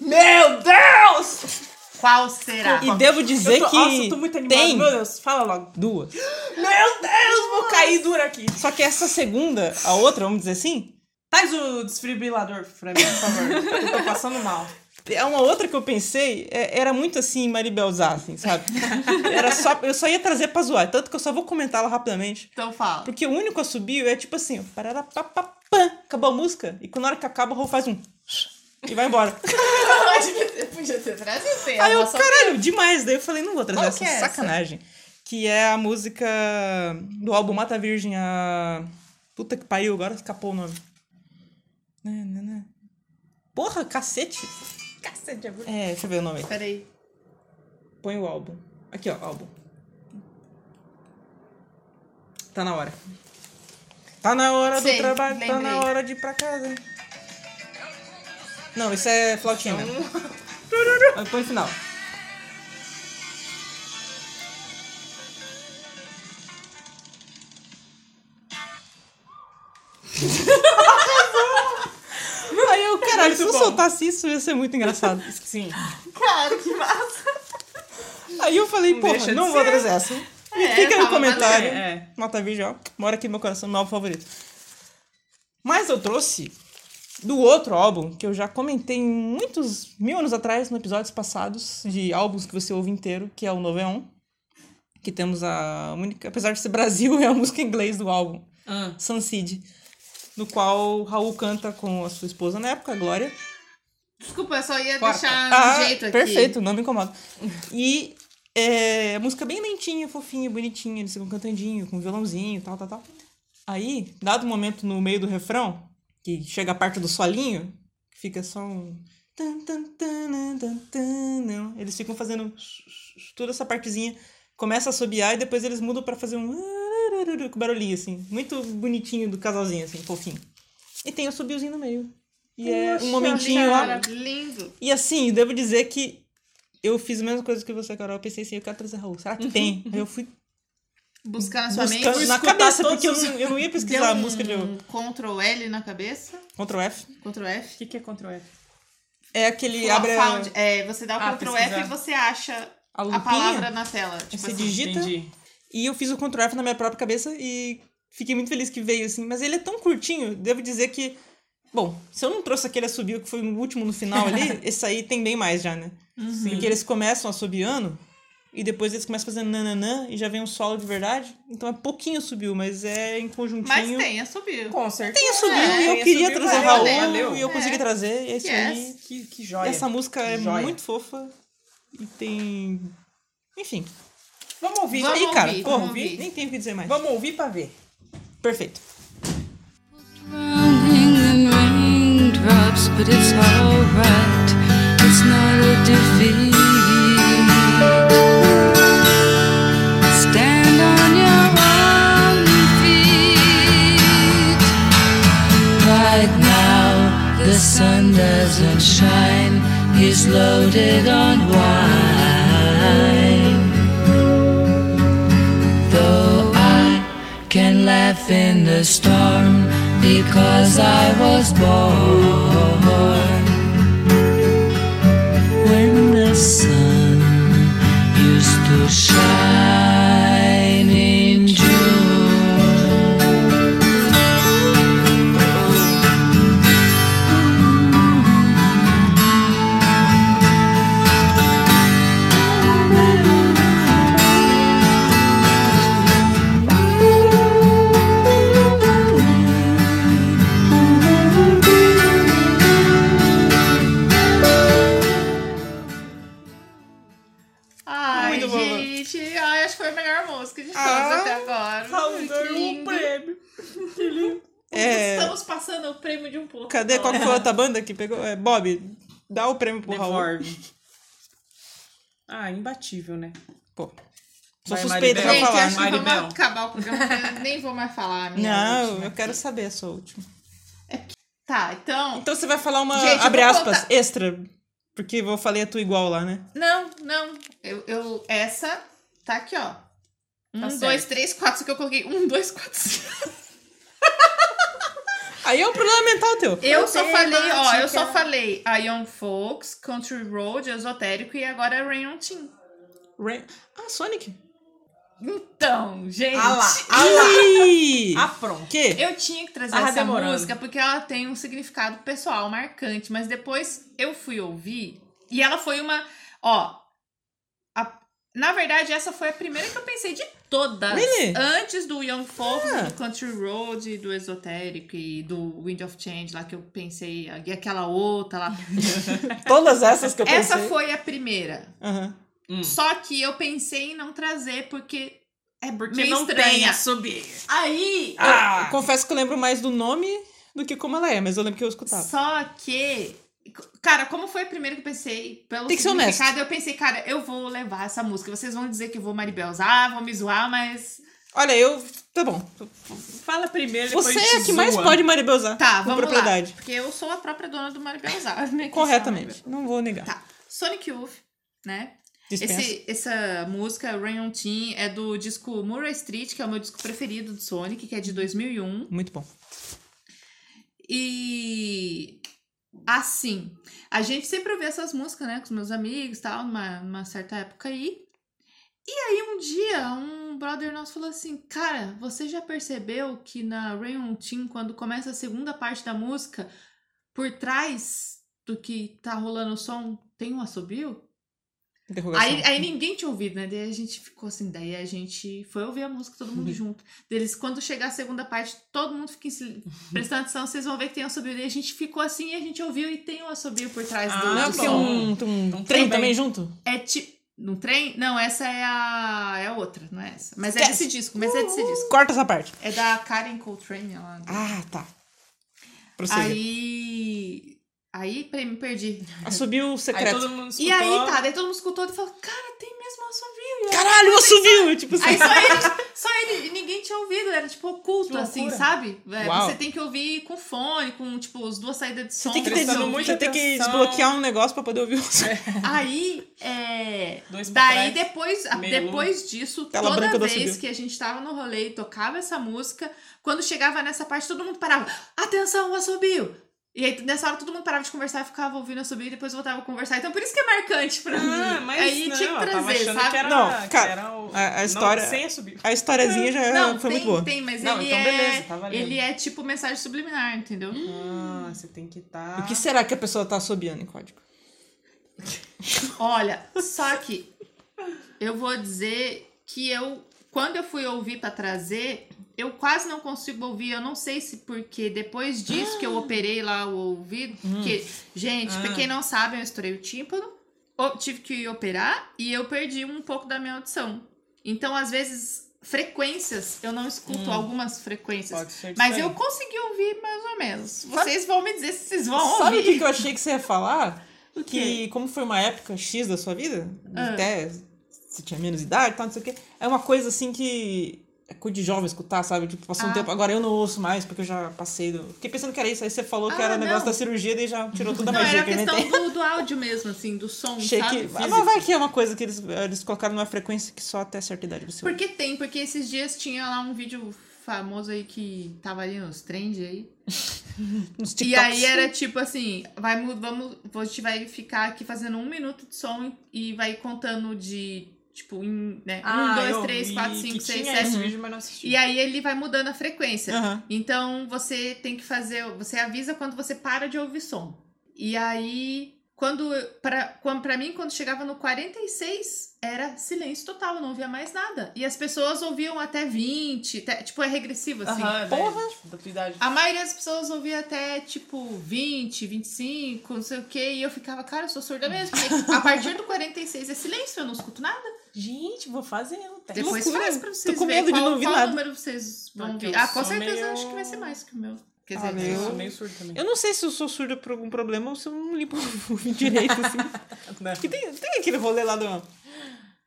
Speaker 2: Meu Deus!
Speaker 3: Qual será?
Speaker 4: E devo dizer
Speaker 2: Tá. eu tô,
Speaker 4: que
Speaker 2: Nossa, eu tô muito animada.
Speaker 4: tem
Speaker 2: Meu Deus, fala logo.
Speaker 4: duas.
Speaker 2: Meu Deus, vou cair dura aqui.
Speaker 4: Só que essa segunda, a outra, vamos dizer assim,
Speaker 2: Faz o desfibrilador pra mim, por favor. Eu tô passando mal.
Speaker 4: É uma outra que eu pensei, é- era muito assim, Maribelzá, assim, sabe? Era só, eu só ia trazer pra zoar, tanto que eu só vou comentar ela rapidamente.
Speaker 3: Então fala.
Speaker 4: Porque o único assobio é tipo assim, ó, parará, pá, pá, pã, acabou a música, e quando na hora que acaba, o Raul faz um e vai embora.
Speaker 3: Podia ter trazido. tem
Speaker 4: Aí eu,
Speaker 3: uma só-
Speaker 4: caralho, demais. Daí eu falei, não vou trazer
Speaker 3: é Qual
Speaker 4: essa
Speaker 3: que é essa?
Speaker 4: sacanagem. Que é a música do álbum Mata Virgem, a. Puta que pariu, agora escapou o nome. Né, né, né. Porra, cacete!
Speaker 2: Cacete, é bonito.
Speaker 4: É, deixa eu ver o nome aí.
Speaker 3: Peraí.
Speaker 4: Põe o álbum. Aqui, ó, álbum. Tá na hora. Tá na hora do
Speaker 3: Sei,
Speaker 4: trabalho, tá
Speaker 3: lembrei.
Speaker 4: na hora de ir pra casa. Não, isso é flautinha mesmo. Mas Põe o final. Aí eu, caralho, se eu
Speaker 2: bom.
Speaker 4: soltasse isso, ia ser muito engraçado.
Speaker 2: Sim.
Speaker 3: Cara, que massa.
Speaker 4: Aí eu falei,
Speaker 2: Não deixa
Speaker 4: porra,
Speaker 2: de
Speaker 4: não vou
Speaker 2: ser.
Speaker 4: trazer essa. E
Speaker 3: É,
Speaker 4: fica no
Speaker 3: tava
Speaker 4: comentário.
Speaker 2: valendo, é.
Speaker 4: Mata Virgem, ó. Mora aqui no meu coração, meu álbum favorito. Mas eu trouxe do outro álbum, que eu já comentei muitos mil anos atrás, em episódios passados, de álbuns que você ouve inteiro, que é o 91. Que temos a única, apesar de ser Brasil, é a música em inglês do álbum.
Speaker 2: Ah,
Speaker 4: Sunseed. No qual o Raul canta com a sua esposa na época, a Glória.
Speaker 3: Desculpa, eu só ia
Speaker 2: Corta.
Speaker 3: deixar do
Speaker 4: Ah,
Speaker 3: jeito aqui.
Speaker 4: Perfeito, não me incomoda. E é, a música bem lentinha, fofinha, bonitinha, eles ficam cantandinho, com violãozinho, tal, tal, tal. Aí, dado o momento no meio do refrão, que chega a parte do solinho, que fica só um. tan, tan, tan, tan, tan, não. Eles ficam fazendo toda essa partezinha, começa a assobiar e depois eles mudam pra fazer um. com barulhinho, assim. Muito bonitinho do casalzinho, assim, fofinho. E tem o assobiozinho no meio. E é um momentinho lá.
Speaker 3: Cara, lindo.
Speaker 4: E assim, eu devo dizer que eu fiz a mesma coisa que você, Carol. Eu pensei assim, eu quero trazer Raul. Será que tem? Aí eu fui
Speaker 3: Buscar Uhum. na sua
Speaker 4: buscando
Speaker 3: mente.
Speaker 4: na
Speaker 2: escutar
Speaker 4: cabeça,
Speaker 2: todos
Speaker 4: porque eu não, eu não ia pesquisar a
Speaker 3: Deu um
Speaker 4: música de
Speaker 3: Ctrl L na cabeça.
Speaker 4: Ctrl F.
Speaker 3: Ctrl
Speaker 2: o
Speaker 3: F.
Speaker 2: que, que é Ctrl F?
Speaker 4: É aquele
Speaker 3: Fo-
Speaker 4: abre a,
Speaker 3: found- é, você dá o
Speaker 2: Ah,
Speaker 3: Ctrl
Speaker 2: pesquisar.
Speaker 3: F e você acha
Speaker 4: a
Speaker 3: a palavra
Speaker 4: lupinha.
Speaker 3: na tela. Tipo
Speaker 4: Você
Speaker 3: assim,
Speaker 4: digita
Speaker 2: Entendi.
Speaker 4: e eu fiz o Ctrl F na minha própria cabeça e fiquei muito feliz que veio assim. Mas ele é tão curtinho, devo dizer que. Bom, se eu não trouxe aquele assobio que foi o último no final ali, esse aí tem bem mais já, né?
Speaker 3: Uhum.
Speaker 2: Sim.
Speaker 4: Porque eles começam assobiando e depois eles começam fazendo nananã e já vem um solo de verdade. Então é pouquinho subiu, mas é em conjuntinho.
Speaker 3: Mas tem, assobio.
Speaker 2: Com certeza.
Speaker 4: Tem assobio
Speaker 3: É,
Speaker 4: e eu
Speaker 2: tem
Speaker 4: queria
Speaker 2: assobio,
Speaker 4: trazer
Speaker 2: valeu,
Speaker 4: Raul
Speaker 2: valeu.
Speaker 4: e eu consegui
Speaker 3: né? É.
Speaker 4: trazer. E é isso
Speaker 3: Yes.
Speaker 4: aí.
Speaker 2: Que, que
Speaker 4: E
Speaker 2: joia.
Speaker 4: Essa música é
Speaker 2: Joia.
Speaker 4: muito fofa. E tem. Enfim.
Speaker 2: Vamos ouvir.
Speaker 3: Vamos
Speaker 4: Aí, cara,
Speaker 3: ouvir,
Speaker 4: porra,
Speaker 3: vamos ouvir.
Speaker 4: nem tenho o que dizer mais.
Speaker 2: Vamos ouvir pra ver.
Speaker 4: Perfeito.
Speaker 8: Drowning in raindrops, but it's alright. It's not a defeat. Stand on your own feet. Right now, the sun doesn't shine. He's loaded on wine. Though I can laugh in the storm because I was born when the sun used to shine in June.
Speaker 3: Ai,
Speaker 4: Muito bom.
Speaker 3: gente. Ai, acho que foi a melhor música de todos
Speaker 4: Ah,
Speaker 3: até agora. Ai, que
Speaker 2: um
Speaker 3: lindo.
Speaker 2: prêmio.
Speaker 4: É,
Speaker 3: Estamos passando o prêmio de um pouco.
Speaker 4: cadê? Qual que foi a outra banda que pegou? É, Bob, dá o prêmio pro Raul.
Speaker 2: Devolve. Ah, imbatível, né?
Speaker 4: Pô. Sou
Speaker 2: Vai,
Speaker 4: suspeita pra
Speaker 2: Maribel.
Speaker 3: Gente,
Speaker 4: falar.
Speaker 3: acho
Speaker 4: né?
Speaker 3: que
Speaker 2: Maribel.
Speaker 3: vamos acabar o programa. porque eu Nem vou mais falar. a minha
Speaker 4: Não,
Speaker 3: última.
Speaker 4: eu quero saber essa última.
Speaker 3: Tá, então.
Speaker 4: Então você vai falar uma,
Speaker 3: Gente, eu
Speaker 4: abre
Speaker 3: vou
Speaker 4: aspas, extra. Porque eu falei a tua igual lá, né?
Speaker 3: Não, não. Eu, eu, essa tá aqui, ó. Um,
Speaker 2: certo.
Speaker 3: dois, três, quatro. Só que eu coloquei um, dois, quatro, cinco.
Speaker 4: Aí é um problema mental teu.
Speaker 3: Eu só falei, ó. Eu só
Speaker 8: Temática.
Speaker 3: falei a Young Folks, Country Road, Esotérico e agora é Rain on Team.
Speaker 4: Ren- Ah, Sonic.
Speaker 3: Então, gente.
Speaker 2: Ah lá,
Speaker 4: Ih!
Speaker 2: ah pronto.
Speaker 4: que?
Speaker 3: Eu tinha que trazer
Speaker 2: Tava
Speaker 3: essa
Speaker 2: demorando.
Speaker 3: música porque ela tem um significado pessoal marcante, mas depois eu fui ouvir e ela foi uma, ó, a- na verdade essa foi a primeira que eu pensei de todas,
Speaker 4: Really?
Speaker 3: antes do Young Folk,
Speaker 4: Ah.
Speaker 3: do Country Road, do Esotérico e do Wind of Change lá que eu pensei, e aquela outra lá.
Speaker 4: Todas essas que eu pensei.
Speaker 3: essa foi a primeira.
Speaker 4: Aham.
Speaker 3: Só que eu pensei em não trazer porque é
Speaker 2: Porque
Speaker 3: meio
Speaker 2: não tem
Speaker 3: estranha.
Speaker 2: a subir.
Speaker 3: Aí
Speaker 4: Eu confesso que eu lembro mais do nome do que como ela é, mas eu lembro que eu escutava.
Speaker 3: Só que, cara, como foi a primeira que eu pensei, pelo
Speaker 4: Tem que ser
Speaker 3: significado, eu pensei, cara, eu vou levar essa música. Vocês vão dizer que eu vou maribelzar, vão me zoar, mas.
Speaker 4: Olha, eu. Tá bom.
Speaker 2: Fala primeiro, depois
Speaker 4: Você
Speaker 2: a gente
Speaker 4: é a que mais
Speaker 2: zoa.
Speaker 4: pode maribelzar.
Speaker 3: Tá,
Speaker 4: com
Speaker 3: vamos
Speaker 4: propriedade.
Speaker 3: lá. Porque eu sou a própria dona do maribelzar. né, que
Speaker 4: Corretamente.
Speaker 3: chama.
Speaker 4: Não vou negar.
Speaker 3: Tá. Sonic Youth, né?
Speaker 4: Dispensa.
Speaker 3: Esse, essa música, Rain on Teen, é do disco Murray Street, que é o meu disco preferido do Sonic, que é de 2001.
Speaker 4: Muito bom.
Speaker 3: E assim, a gente sempre ouvia essas músicas, né, com os meus amigos e tal, numa, numa certa época aí. E aí um dia, um brother nosso falou assim: Cara, você já percebeu que na Rain on Team, quando começa a segunda parte da música, por trás do que tá rolando o som, tem um assobio?
Speaker 4: Interrogação.
Speaker 3: Aí, aí ninguém tinha ouvido, né? Daí a gente ficou assim, daí a gente foi ouvir a música todo mundo junto. Deles, quando chegar a segunda parte, todo mundo fica em sil- prestando atenção, vocês vão ver que tem um assobio. Daí a gente ficou assim e a gente ouviu e tem um assobio por trás do.
Speaker 2: Ah,
Speaker 4: Não,
Speaker 3: do
Speaker 4: porque
Speaker 3: som.
Speaker 4: um, um
Speaker 2: Então
Speaker 4: trem
Speaker 2: tudo bem.
Speaker 4: também junto?
Speaker 3: É tipo. Num trem? Não, essa é a. É a outra, não é essa. Mas é
Speaker 4: Esquece.
Speaker 3: desse disco, mas é desse disco.
Speaker 4: Corta essa parte.
Speaker 3: É da Karen Coltrane lá.
Speaker 4: Ah, tá. Prossiga.
Speaker 3: Aí. Aí, peraí, me perdi.
Speaker 4: Assobiu o
Speaker 2: Aí
Speaker 4: secreto.
Speaker 2: todo mundo escutou.
Speaker 3: E aí, tá, daí todo mundo escutou e falou: Cara, tem mesmo um assobio.
Speaker 4: Caralho, assobiu! Tipo assim.
Speaker 3: Aí só ele, só ele, e ninguém tinha ouvido, era tipo oculto,
Speaker 2: Que
Speaker 3: assim,
Speaker 2: loucura.
Speaker 3: sabe? É,
Speaker 4: Uau.
Speaker 3: você tem que ouvir com fone, com, tipo, as duas saídas de som.
Speaker 4: Você tem que, ter,
Speaker 2: prestando
Speaker 3: ouvir.
Speaker 2: muita
Speaker 4: você tem que
Speaker 2: atenção.
Speaker 4: desbloquear um negócio pra poder ouvir o som.
Speaker 3: Aí, é...
Speaker 2: Dois pra
Speaker 3: Daí,
Speaker 2: trás,
Speaker 3: depois, a-
Speaker 2: meio
Speaker 3: depois disso,
Speaker 4: Tela branca
Speaker 3: toda
Speaker 4: do
Speaker 3: vez
Speaker 4: assobio.
Speaker 3: que a gente tava no rolê e tocava essa música, quando chegava nessa parte, todo mundo parava. Atenção, o assobio! E aí, nessa hora, todo mundo parava de conversar, ficava ouvindo o assobio e depois voltava a conversar. Então, por isso que é marcante pra mim.
Speaker 2: Ah, mas
Speaker 3: aí,
Speaker 2: não,
Speaker 3: tinha que
Speaker 2: eu tava
Speaker 3: trazer,
Speaker 2: achando
Speaker 3: sabe?
Speaker 2: Que era,
Speaker 4: Não,
Speaker 2: que
Speaker 4: cara,
Speaker 2: era o-
Speaker 4: a- a
Speaker 2: não,
Speaker 4: história-
Speaker 2: Sem subir.
Speaker 4: A historiazinha já
Speaker 3: Não,
Speaker 4: É,
Speaker 3: tem,
Speaker 4: foi muito boa.
Speaker 3: tem, mas
Speaker 2: Não,
Speaker 3: ele
Speaker 2: então
Speaker 3: é...
Speaker 2: beleza, tá valendo.
Speaker 3: Ele é tipo mensagem subliminar, entendeu?
Speaker 2: Ah, você tem que estar...
Speaker 4: O que será que a pessoa tá assobiando em código?
Speaker 3: Olha, só que eu vou dizer que eu, quando eu fui ouvir pra trazer, eu quase não consigo ouvir. Eu não sei se porque depois
Speaker 4: Hum.
Speaker 3: disso que eu operei lá o ouvido, porque, gente, pra quem não sabe, eu estourei o tímpano. o- tive que operar e eu perdi um pouco da minha audição. Então, às vezes, frequências, eu não escuto
Speaker 4: Hum.
Speaker 3: algumas frequências.
Speaker 4: Pode ser que
Speaker 3: Mas
Speaker 4: sim.
Speaker 3: eu consegui ouvir mais ou menos. Vocês vão me dizer se vocês vão
Speaker 4: Sabe o
Speaker 3: ouvir.
Speaker 4: que, que eu achei que você ia falar?
Speaker 3: O quê?
Speaker 4: Que como foi uma época X da sua vida,
Speaker 3: Ah.
Speaker 4: até você tinha menos idade e tal, não sei o quê, é uma coisa assim que é coisa de jovem escutar, sabe? Tipo, passou
Speaker 3: Ah.
Speaker 4: um tempo, agora eu não ouço mais porque eu já passei do... Fiquei pensando que era isso, aí você falou que
Speaker 3: Ah,
Speaker 4: era
Speaker 3: não.
Speaker 4: negócio da cirurgia daí já tirou toda a
Speaker 3: Não,
Speaker 4: magia
Speaker 3: era a
Speaker 4: é que eu inventei.
Speaker 3: questão do, do áudio mesmo, assim, do som,
Speaker 4: Achei
Speaker 3: sabe?
Speaker 4: que...
Speaker 3: Físico.
Speaker 4: Mas vai que é uma coisa que eles, eles colocaram numa frequência que só até certa idade você ouve.
Speaker 3: Porque tem, porque esses dias tinha lá um vídeo famoso aí que tava ali nos trends aí.
Speaker 4: Nos
Speaker 3: E
Speaker 4: TikToks.
Speaker 3: aí era tipo assim, vai mu- vamos, a gente vai ficar aqui fazendo um minuto de som e vai contando de tipo, em, né?
Speaker 4: Ah,
Speaker 2: Ah,
Speaker 3: um, dois, três, quatro, cinco, seis, sete.
Speaker 2: é
Speaker 3: E aí ele vai mudando a frequência.
Speaker 4: Aham.
Speaker 3: Então você tem que fazer, você avisa quando você para de ouvir som. E aí, quando para quando, pra mim quando chegava no 46 era silêncio total, eu não ouvia mais nada. E as pessoas ouviam até 20, até- tipo é regressivo assim.
Speaker 2: Aham,
Speaker 4: porra.
Speaker 2: né? Tipo, da tua idade.
Speaker 3: A maioria das pessoas ouvia até tipo 20, 25, não sei o quê, e eu ficava, cara, eu sou surda mesmo. Porque a partir do 46 é silêncio, eu não escuto nada.
Speaker 2: Gente, vou fazer um teste.
Speaker 3: Depois
Speaker 4: loucura.
Speaker 3: faz pra vocês
Speaker 4: Tô com
Speaker 3: verem
Speaker 4: medo de
Speaker 3: qual,
Speaker 4: não ouvir
Speaker 3: qual
Speaker 4: nada.
Speaker 3: número vocês vão
Speaker 2: Porque
Speaker 3: ouvir.
Speaker 2: eu
Speaker 3: Ah, com
Speaker 2: sou
Speaker 3: certeza eu
Speaker 2: meio-
Speaker 3: acho que vai ser mais que o meu. Quer
Speaker 4: Ah,
Speaker 3: dizer, né?
Speaker 4: meu.
Speaker 2: Eu
Speaker 3: eu-
Speaker 2: sou meio surdo também.
Speaker 4: Eu não sei se eu sou surda por algum problema ou se eu não limpo o ouvido direito, assim.
Speaker 2: Né?
Speaker 4: Porque tem, tem aquele rolê lá da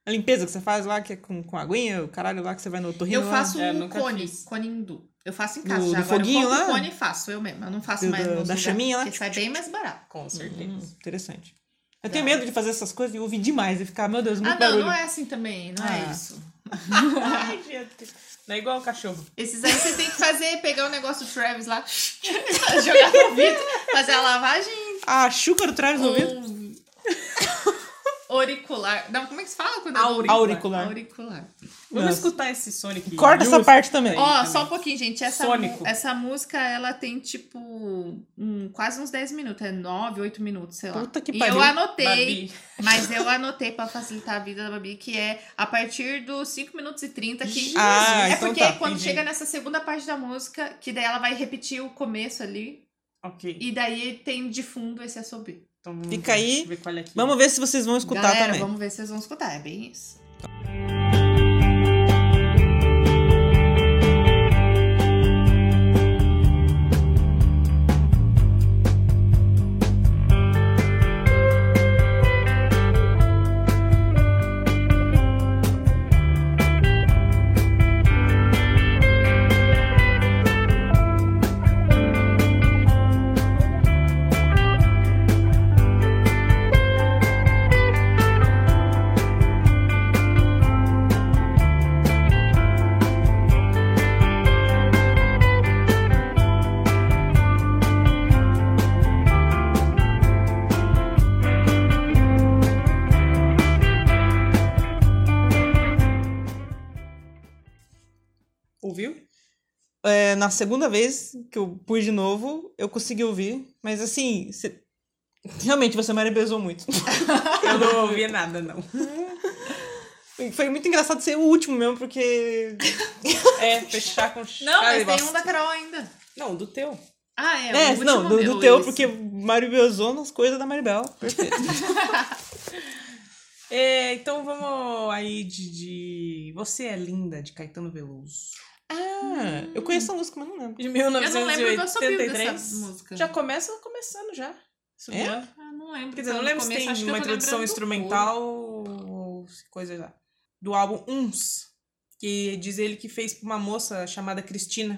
Speaker 4: a limpeza que você faz lá, que é com, com aguinha, o caralho lá que você vai no torrinho.
Speaker 3: eu faço
Speaker 2: É,
Speaker 3: um
Speaker 2: nunca
Speaker 3: cone,
Speaker 2: fiz.
Speaker 3: cone hindu. Eu faço em casa
Speaker 4: Do-
Speaker 3: já.
Speaker 4: do
Speaker 3: agora
Speaker 4: foguinho
Speaker 3: eu compro
Speaker 4: lá?
Speaker 3: cone e faço eu mesma. Eu não faço
Speaker 4: Do-
Speaker 3: mais
Speaker 4: do-
Speaker 3: nos
Speaker 4: da
Speaker 3: lugares,
Speaker 4: chaminha lá?
Speaker 3: Porque sai bem mais barato.
Speaker 2: Com certeza.
Speaker 4: Hum, interessante. Eu tenho medo de fazer essas coisas e ouvir demais e ficar, meu Deus, muito
Speaker 3: Tá. Ah, não,
Speaker 4: barulho.
Speaker 3: não é assim também. Não é
Speaker 4: Ah.
Speaker 3: isso. Uhum.
Speaker 2: Ai, gente. Não é igual o cachorro.
Speaker 3: Esses aí você tem que fazer, pegar o negócio do Travis lá, jogar no ouvido, fazer a lavagem
Speaker 4: Ah, A chuca do trás do ouvido.
Speaker 3: com auricular. Não, como é que se fala quando é
Speaker 4: Auricular.
Speaker 3: auricular? Auricular.
Speaker 2: Vamos
Speaker 4: Nossa.
Speaker 2: escutar esse Sonic.
Speaker 4: Corta
Speaker 2: Youth.
Speaker 4: essa parte também.
Speaker 3: Hum. Ó, só um pouquinho, gente. Essa, mu-
Speaker 2: Sônico.
Speaker 3: essa música, ela tem, tipo, um, quase uns 10 minutos. É 9, 8 minutos, sei lá.
Speaker 4: Puta que
Speaker 3: e
Speaker 4: pariu,
Speaker 3: eu anotei,
Speaker 2: Babi.
Speaker 3: mas eu anotei pra facilitar a vida da Babi, que é a partir dos 5 minutos e 30. Que...
Speaker 4: Ah,
Speaker 3: é
Speaker 4: então
Speaker 3: porque
Speaker 4: tá,
Speaker 3: quando
Speaker 2: entendi.
Speaker 3: chega nessa segunda parte da música, que daí ela vai repetir o começo ali,
Speaker 2: Ok.
Speaker 3: e daí tem de fundo esse assobio.
Speaker 2: Então, vamos
Speaker 4: Fica aí.
Speaker 2: Ver qual é que...
Speaker 4: Vamos ver se vocês vão escutar
Speaker 3: Galera,
Speaker 4: também.
Speaker 3: vamos ver se vocês vão escutar, é bem isso.
Speaker 4: Ouviu? É, na segunda vez que eu pus de novo, eu consegui ouvir. Mas assim, você- realmente você maribezou muito.
Speaker 2: Eu não ouvi nada, não.
Speaker 4: Foi muito engraçado ser o último mesmo, porque.
Speaker 2: É, fechar com chave.
Speaker 3: Não, mas tem
Speaker 2: basta.
Speaker 3: um da Carol ainda.
Speaker 2: Não, do teu.
Speaker 3: Ah, é, o
Speaker 4: É,
Speaker 3: último
Speaker 4: não, do, do
Speaker 3: meu,
Speaker 4: teu,
Speaker 3: isso.
Speaker 4: porque maribezou nas coisas da Maribel. Perfeito.
Speaker 2: É, então vamos aí de, de Você é Linda, de Caetano Veloso.
Speaker 4: Ah, eu conheço a música, mas não lembro.
Speaker 2: De
Speaker 3: Eu não lembro que eu subi
Speaker 2: 1983.
Speaker 3: dessa música.
Speaker 2: Já começa começando já.
Speaker 4: É?
Speaker 2: Subindo.
Speaker 3: Ah, não lembro.
Speaker 2: Quer dizer, eu
Speaker 3: Então,
Speaker 2: não
Speaker 3: no
Speaker 2: lembro se
Speaker 3: começo,
Speaker 2: tem
Speaker 3: acho que eu
Speaker 2: uma
Speaker 3: tô
Speaker 2: introdução
Speaker 3: lembrando do
Speaker 2: instrumental ou coisa lá. Do álbum Uns, que diz ele que fez pra uma moça chamada Cristina,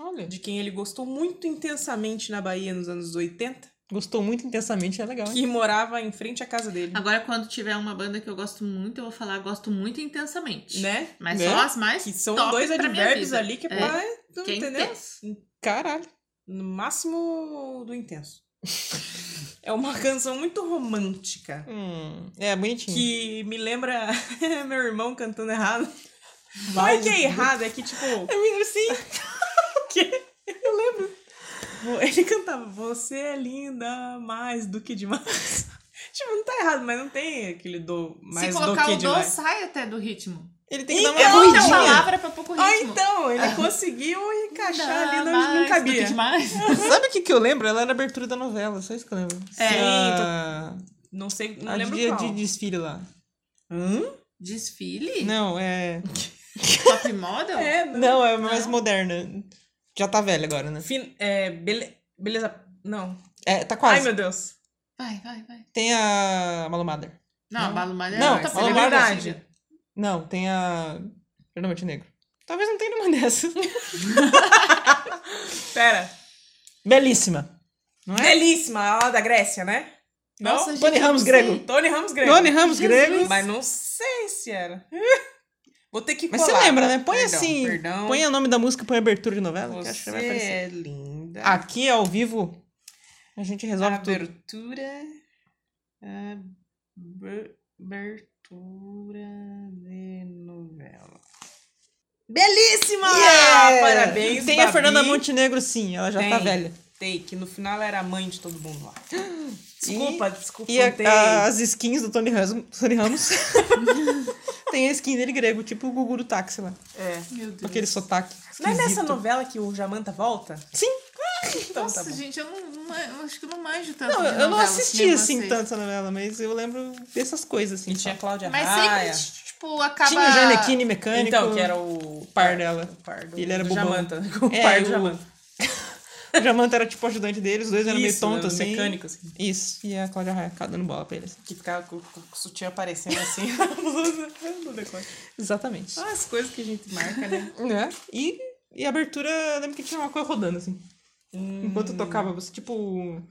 Speaker 4: Olha.
Speaker 2: de quem ele gostou muito intensamente na Bahia nos anos 80,
Speaker 4: Gostou muito intensamente, é legal. hein?
Speaker 2: que morava em frente à casa dele.
Speaker 3: coro. Agora, quando tiver uma banda que eu gosto muito, eu vou falar gosto muito intensamente.
Speaker 2: Né?
Speaker 3: Mas
Speaker 4: Né?
Speaker 3: só as mais.
Speaker 2: Que são
Speaker 3: top
Speaker 2: dois
Speaker 3: pra minha
Speaker 2: advérbios
Speaker 3: vida.
Speaker 2: ali que é,
Speaker 3: É.
Speaker 2: pra. Tu
Speaker 3: Quem
Speaker 2: entendeu?
Speaker 4: Caralho.
Speaker 2: No máximo do intenso. é uma canção muito romântica.
Speaker 4: Hum, é, bonitinho.
Speaker 2: Que me lembra meu irmão cantando errado. Não
Speaker 4: Vai,
Speaker 2: é que é errado, é que tipo.
Speaker 4: Sim.
Speaker 2: Ele cantava, você é linda mais do que demais. tipo, não tá errado, mas não tem aquele do mais
Speaker 3: Se
Speaker 2: do
Speaker 3: colocar
Speaker 2: que
Speaker 3: o do,
Speaker 2: demais.
Speaker 3: sai até do ritmo.
Speaker 4: Ele tem que
Speaker 2: Então,
Speaker 4: dar uma
Speaker 3: Outra
Speaker 4: corridinha.
Speaker 3: palavra pra pouco ritmo.
Speaker 2: Ah, então, ele conseguiu encaixar ali onde
Speaker 3: mais
Speaker 2: não
Speaker 3: do
Speaker 2: cabia.
Speaker 3: que demais.
Speaker 4: Sabe o que, que É. eu lembro? Ela era a abertura da novela, só isso que eu lembro.
Speaker 3: É.
Speaker 4: Ah,
Speaker 2: Não sei, não
Speaker 4: A
Speaker 2: lembro
Speaker 4: dia
Speaker 2: qual.
Speaker 4: de desfile lá.
Speaker 2: Hum?
Speaker 3: Desfile?
Speaker 4: Não, é.
Speaker 3: Top model?
Speaker 2: É,
Speaker 4: Não, é mais moderna. Já tá velha agora, né?
Speaker 2: Fin- é, bele- beleza. Não.
Speaker 4: É, tá
Speaker 2: Ai,
Speaker 4: quase.
Speaker 2: meu Deus.
Speaker 3: Vai, vai, vai.
Speaker 4: Tem a Malumada.
Speaker 3: Não, a Malumada
Speaker 4: Não,
Speaker 3: é
Speaker 4: a
Speaker 2: tá
Speaker 3: outra
Speaker 4: Malu
Speaker 3: celebridade.
Speaker 2: Malumada-
Speaker 4: Não, tem a. Fernanda Montenegro. Talvez não tenha nenhuma dessas.
Speaker 2: Pera.
Speaker 4: Belíssima. Não é?
Speaker 2: Belíssima, ela da Grécia, né? Não?
Speaker 3: Nossa, gente,
Speaker 4: Tony
Speaker 3: eu não
Speaker 4: Ramos
Speaker 3: sei.
Speaker 4: grego.
Speaker 2: Tony Ramos grego.
Speaker 4: Tony Ramos grego.
Speaker 2: Mas não sei se era. Vou ter que
Speaker 4: Mas
Speaker 2: colar.
Speaker 4: você lembra, né? Põe
Speaker 2: Perdão,
Speaker 4: assim.
Speaker 2: Perdão.
Speaker 4: Põe o nome da música, põe a abertura de novela. que acho que
Speaker 2: Você
Speaker 4: vai aparecer. Ah,
Speaker 2: é linda.
Speaker 4: Aqui, ao vivo, a gente resolve tudo.
Speaker 2: Abertura. aber- Abertura de novela. Belíssima!
Speaker 4: Yeah!
Speaker 2: Parabéns,
Speaker 4: Tem a
Speaker 2: Babi.
Speaker 4: Fernanda Montenegro, sim. Ela já tá
Speaker 2: Tem.
Speaker 4: velha.
Speaker 2: Tem, que no final era a mãe de todo mundo lá. Desculpa, desculpa.
Speaker 4: E a-
Speaker 2: contei.
Speaker 4: as skins do Tony Ramos. Tony Ramos. Tem a skin dele grego, tipo o Gugu do táxi lá.
Speaker 2: É.
Speaker 3: Meu Deus.
Speaker 4: Com aquele sotaque.
Speaker 2: Não é nessa
Speaker 4: esquisito.
Speaker 2: novela que o Jamanta volta?
Speaker 4: Sim.
Speaker 2: Então
Speaker 3: Nossa,
Speaker 2: tá bom.
Speaker 3: gente, eu não, não- eu acho que eu não manjo tanto.
Speaker 4: Não,
Speaker 3: de
Speaker 4: eu eu não
Speaker 3: novela,
Speaker 4: assisti
Speaker 3: cinema,
Speaker 4: assim
Speaker 3: sei.
Speaker 4: tanto essa novela, mas eu lembro dessas coisas assim.
Speaker 2: E tinha a Cláudia
Speaker 3: Mas
Speaker 2: Raia.
Speaker 3: sei que, tipo, acaba.
Speaker 4: Tinha o Janequine mecânico.
Speaker 2: Então, que era o
Speaker 4: par dela.
Speaker 2: O par do,
Speaker 4: Ele era
Speaker 2: do
Speaker 4: bobão.
Speaker 2: Jamanta. né? O
Speaker 4: É,
Speaker 2: par do
Speaker 4: o-
Speaker 2: Jamanta.
Speaker 4: O Jamanta era tipo o ajudante dele, os dois eram meio
Speaker 2: Isso,
Speaker 4: tontos
Speaker 2: né, os
Speaker 4: assim.
Speaker 2: mecânicos, assim.
Speaker 4: Isso. E a Cláudia Raia ficava dando bola pra ele. assim.
Speaker 2: Que ficava com, com, com o sutiã aparecendo assim. No decote.
Speaker 4: Exatamente.
Speaker 2: Ah, As coisas que a gente marca, né?
Speaker 4: Né? E, e a abertura, eu lembro que tinha uma coisa rodando assim. Enquanto tocava, você tipo.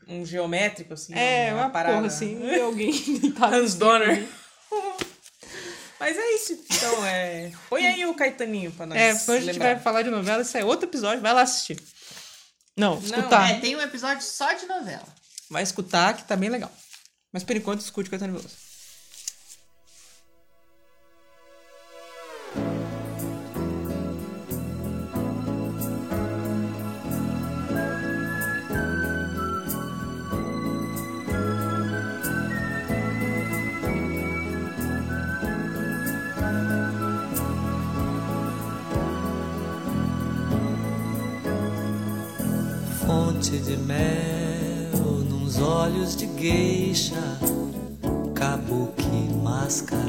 Speaker 2: Um geométrico, assim.
Speaker 4: É, uma,
Speaker 2: parada.
Speaker 4: porra assim. Uhum. E alguém deitado.
Speaker 2: Hans Donner. Mas é isso. Então, é... Põe aí o Caetaninho pra nós
Speaker 4: É, depois a gente
Speaker 2: lembrar.
Speaker 4: vai falar de novela, isso é outro episódio, vai lá assistir. Não, escutar.
Speaker 3: É, tem um episódio só de novela.
Speaker 4: Vai escutar que tá bem legal. Mas por enquanto escute Caetano Veloso.
Speaker 7: fonte de mel nos olhos de geisha, cabuque máscara,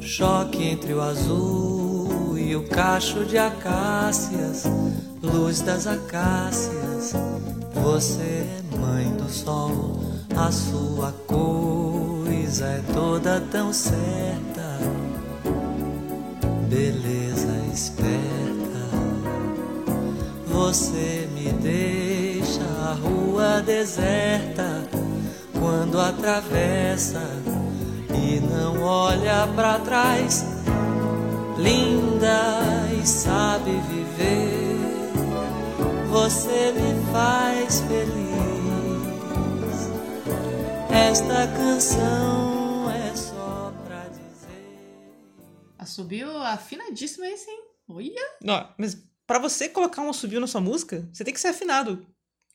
Speaker 7: choque entre o azul e o cacho de acácias, luz das acácias. Você é mãe do sol, a sua coisa é toda tão certa, beleza esperta. Você me deixa a rua deserta quando atravessa e não olha pra trás. Linda e sabe viver, você me faz feliz. Esta canção é só pra dizer.
Speaker 3: Ah, Subiu afinadíssima esse, hein? Olha!
Speaker 4: Não, mas pra você colocar um assobio na sua música, você tem que ser afinado.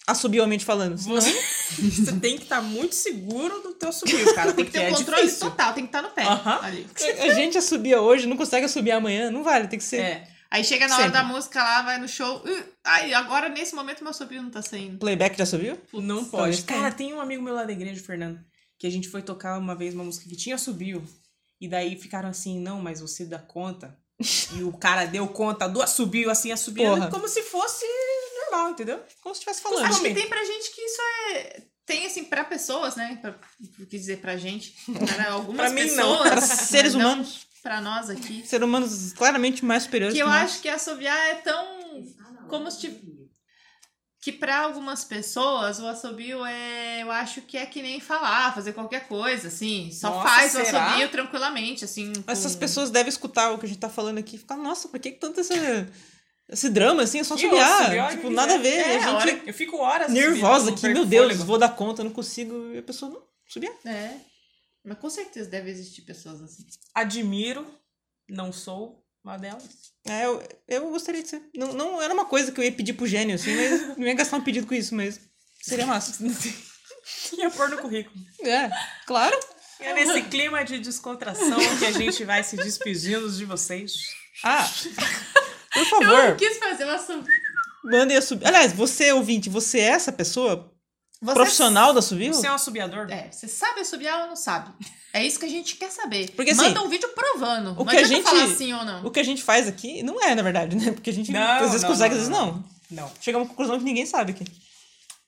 Speaker 4: Assobialmente falando.
Speaker 2: Você, você tem que estar muito seguro do teu subiu, cara.
Speaker 3: Tem que
Speaker 2: porque
Speaker 3: ter um
Speaker 2: é
Speaker 3: controle
Speaker 2: difícil.
Speaker 3: total, tem que estar no pé.
Speaker 2: Aham.
Speaker 3: Ali.
Speaker 4: A gente assobia hoje, não consegue assobiar amanhã, não vale, tem que ser.
Speaker 2: É.
Speaker 3: Aí chega na hora
Speaker 4: Sempre.
Speaker 3: da música lá, vai no show. "Uh, ai, agora nesse momento meu sobrinho não tá saindo.
Speaker 4: Playback de assobio?
Speaker 2: Não
Speaker 4: talvez
Speaker 2: pode. Cara, tem um amigo meu lá da igreja, o Fernando, que a gente foi tocar uma vez uma música que tinha subiu. E daí ficaram assim, não, mas você dá conta. E o cara deu conta do assobio, assim, assobiando
Speaker 4: Porra.
Speaker 2: como se fosse normal, entendeu?
Speaker 4: Como se estivesse
Speaker 2: Não,
Speaker 4: falando.
Speaker 3: Acho que
Speaker 2: homem.
Speaker 3: tem pra gente que isso é. Tem assim, pra pessoas, né? Pra, o que dizer pra gente? Pra algumas
Speaker 2: Pra mim, não.
Speaker 3: pessoas.
Speaker 4: Para
Speaker 3: mas
Speaker 4: seres
Speaker 3: não
Speaker 4: humanos.
Speaker 3: Pra nós aqui.
Speaker 4: Seres humanos claramente mais superiores
Speaker 3: Que eu
Speaker 4: nós.
Speaker 3: acho que assobiar é tão. Como se. tiv- Que pra algumas pessoas o assobio é. Eu acho que é que nem falar, fazer qualquer coisa, assim. Só
Speaker 2: Nossa,
Speaker 3: faz o
Speaker 2: será?
Speaker 3: assobio tranquilamente, assim. com-
Speaker 4: Essas pessoas devem escutar o que a gente tá falando aqui e ficar, nossa, por que que tanto esse, esse drama assim? É só
Speaker 2: Que assobio,
Speaker 4: assobiar.
Speaker 2: olha,
Speaker 4: Tipo,
Speaker 2: que
Speaker 4: nada a
Speaker 2: miséria.
Speaker 4: ver.
Speaker 3: É,
Speaker 4: a
Speaker 3: a
Speaker 4: gente
Speaker 3: hora-
Speaker 2: Eu fico horas assobiando,
Speaker 4: nervosa
Speaker 2: não
Speaker 4: aqui,
Speaker 3: um
Speaker 2: perco
Speaker 4: meu Deus,
Speaker 2: fôlego.
Speaker 4: vou dar conta, não consigo. E a pessoa não subia.
Speaker 3: É. Mas com certeza deve existir pessoas assim.
Speaker 2: Admiro, não sou uma delas.
Speaker 4: É, eu, eu gostaria de ser. Não, não era uma coisa que eu ia pedir pro gênio, assim, mas não ia gastar um pedido com isso, mas seria massa.
Speaker 2: Ia pôr no currículo.
Speaker 4: É, claro.
Speaker 2: E é nesse clima de descontração que a gente vai se despedindo de vocês.
Speaker 4: Ah, por
Speaker 3: Eu não
Speaker 4: favor,
Speaker 3: quis fazer o assobio.
Speaker 4: mandem a subir. Aliás, você, ouvinte, você é essa pessoa?
Speaker 3: Você-
Speaker 4: Profissional da Subiu?
Speaker 2: Você é um assobiador?
Speaker 3: É, você sabe assobiar ou não sabe? É isso que a gente quer saber.
Speaker 4: Porque, assim,
Speaker 3: Manda um vídeo provando.
Speaker 4: o
Speaker 3: não
Speaker 4: que a
Speaker 3: adianta
Speaker 4: gente-
Speaker 3: falar sim ou não.
Speaker 4: O que a gente faz aqui não é, na verdade, né? Porque a gente
Speaker 2: Não,
Speaker 4: às vezes
Speaker 2: não,
Speaker 4: consegue,
Speaker 2: não,
Speaker 4: às vezes
Speaker 2: não.
Speaker 4: não.
Speaker 2: Não.
Speaker 4: Chegamos à conclusão que ninguém sabe aqui.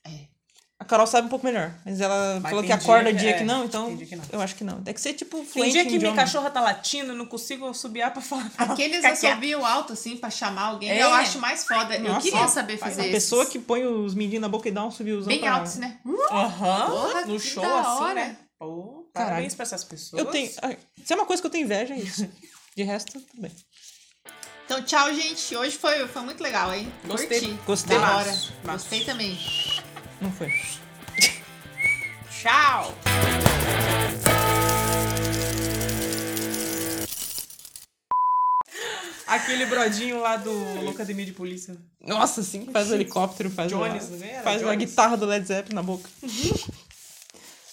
Speaker 3: É.
Speaker 4: A Carol sabe um pouco melhor, mas ela
Speaker 2: Mas tem
Speaker 4: falou que acorda
Speaker 2: dia
Speaker 4: dia,
Speaker 2: que-
Speaker 4: que
Speaker 2: é,
Speaker 4: não, então
Speaker 2: tem dia que não.
Speaker 4: eu acho que não. Tem que ser tipo
Speaker 2: Tem
Speaker 4: fluente
Speaker 2: dia
Speaker 4: em
Speaker 2: que minha
Speaker 4: idioma.
Speaker 2: cassorra tá latindo, eu não consigo assobiar pra falar. pra ela
Speaker 3: Aqueles
Speaker 2: ficar quieta.
Speaker 3: assobiam alto, assim, pra chamar alguém,
Speaker 2: É.
Speaker 3: eu acho mais foda. eu
Speaker 4: Nossa,
Speaker 3: queria saber
Speaker 4: Faz
Speaker 3: fazer
Speaker 4: uma
Speaker 3: isso.
Speaker 4: pessoa que põe os meninos na boca e dá um subiuzão
Speaker 3: Bem
Speaker 4: pra...
Speaker 3: altos, né?
Speaker 2: Aham.
Speaker 3: Porra,
Speaker 2: no
Speaker 3: que
Speaker 2: show,
Speaker 3: da
Speaker 2: assim,
Speaker 3: hora.
Speaker 2: né? Pô, parabéns pra essas pessoas.
Speaker 4: Eu tenho... ah, Se é uma coisa que eu tenho inveja, é isso. De resto, tudo bem.
Speaker 3: Então, tchau, gente. Hoje foi, foi muito legal, hein?
Speaker 2: Gostei.
Speaker 3: Curti.
Speaker 4: Gostei.
Speaker 3: Da hora.
Speaker 2: Massa, massa.
Speaker 3: Gostei também.
Speaker 4: Não foi.
Speaker 2: Tchau! Aquele brodinho lá do Loucademia de Polícia.
Speaker 4: Nossa, assim, faz o helicóptero, faz
Speaker 2: Jones,
Speaker 4: uma...
Speaker 2: não era?
Speaker 4: Faz uma
Speaker 2: Jones.
Speaker 4: guitarra do Led Zeppelin na boca.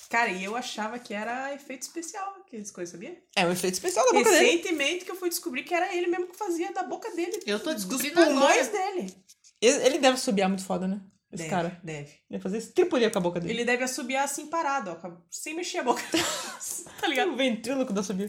Speaker 2: Cara, e eu achava que era efeito especial aqueles coisas, sabia?
Speaker 4: É um efeito especial da boca dele.
Speaker 2: Recentemente que eu fui descobrir que era ele mesmo que fazia da boca dele.
Speaker 3: Eu tô
Speaker 2: Dos
Speaker 3: descobrindo
Speaker 2: pulmões
Speaker 3: agora.
Speaker 2: dele.
Speaker 4: Ele ele deve subiar muito foda, né? Esse
Speaker 2: deve,
Speaker 4: cara.
Speaker 2: Deve.
Speaker 4: Ele deve fazer estripulia com a boca dele.
Speaker 2: Ele deve assobiar assim parado, ó, com a- sem mexer a boca. tá
Speaker 4: É
Speaker 2: ligado?
Speaker 4: um ventríloco da subir.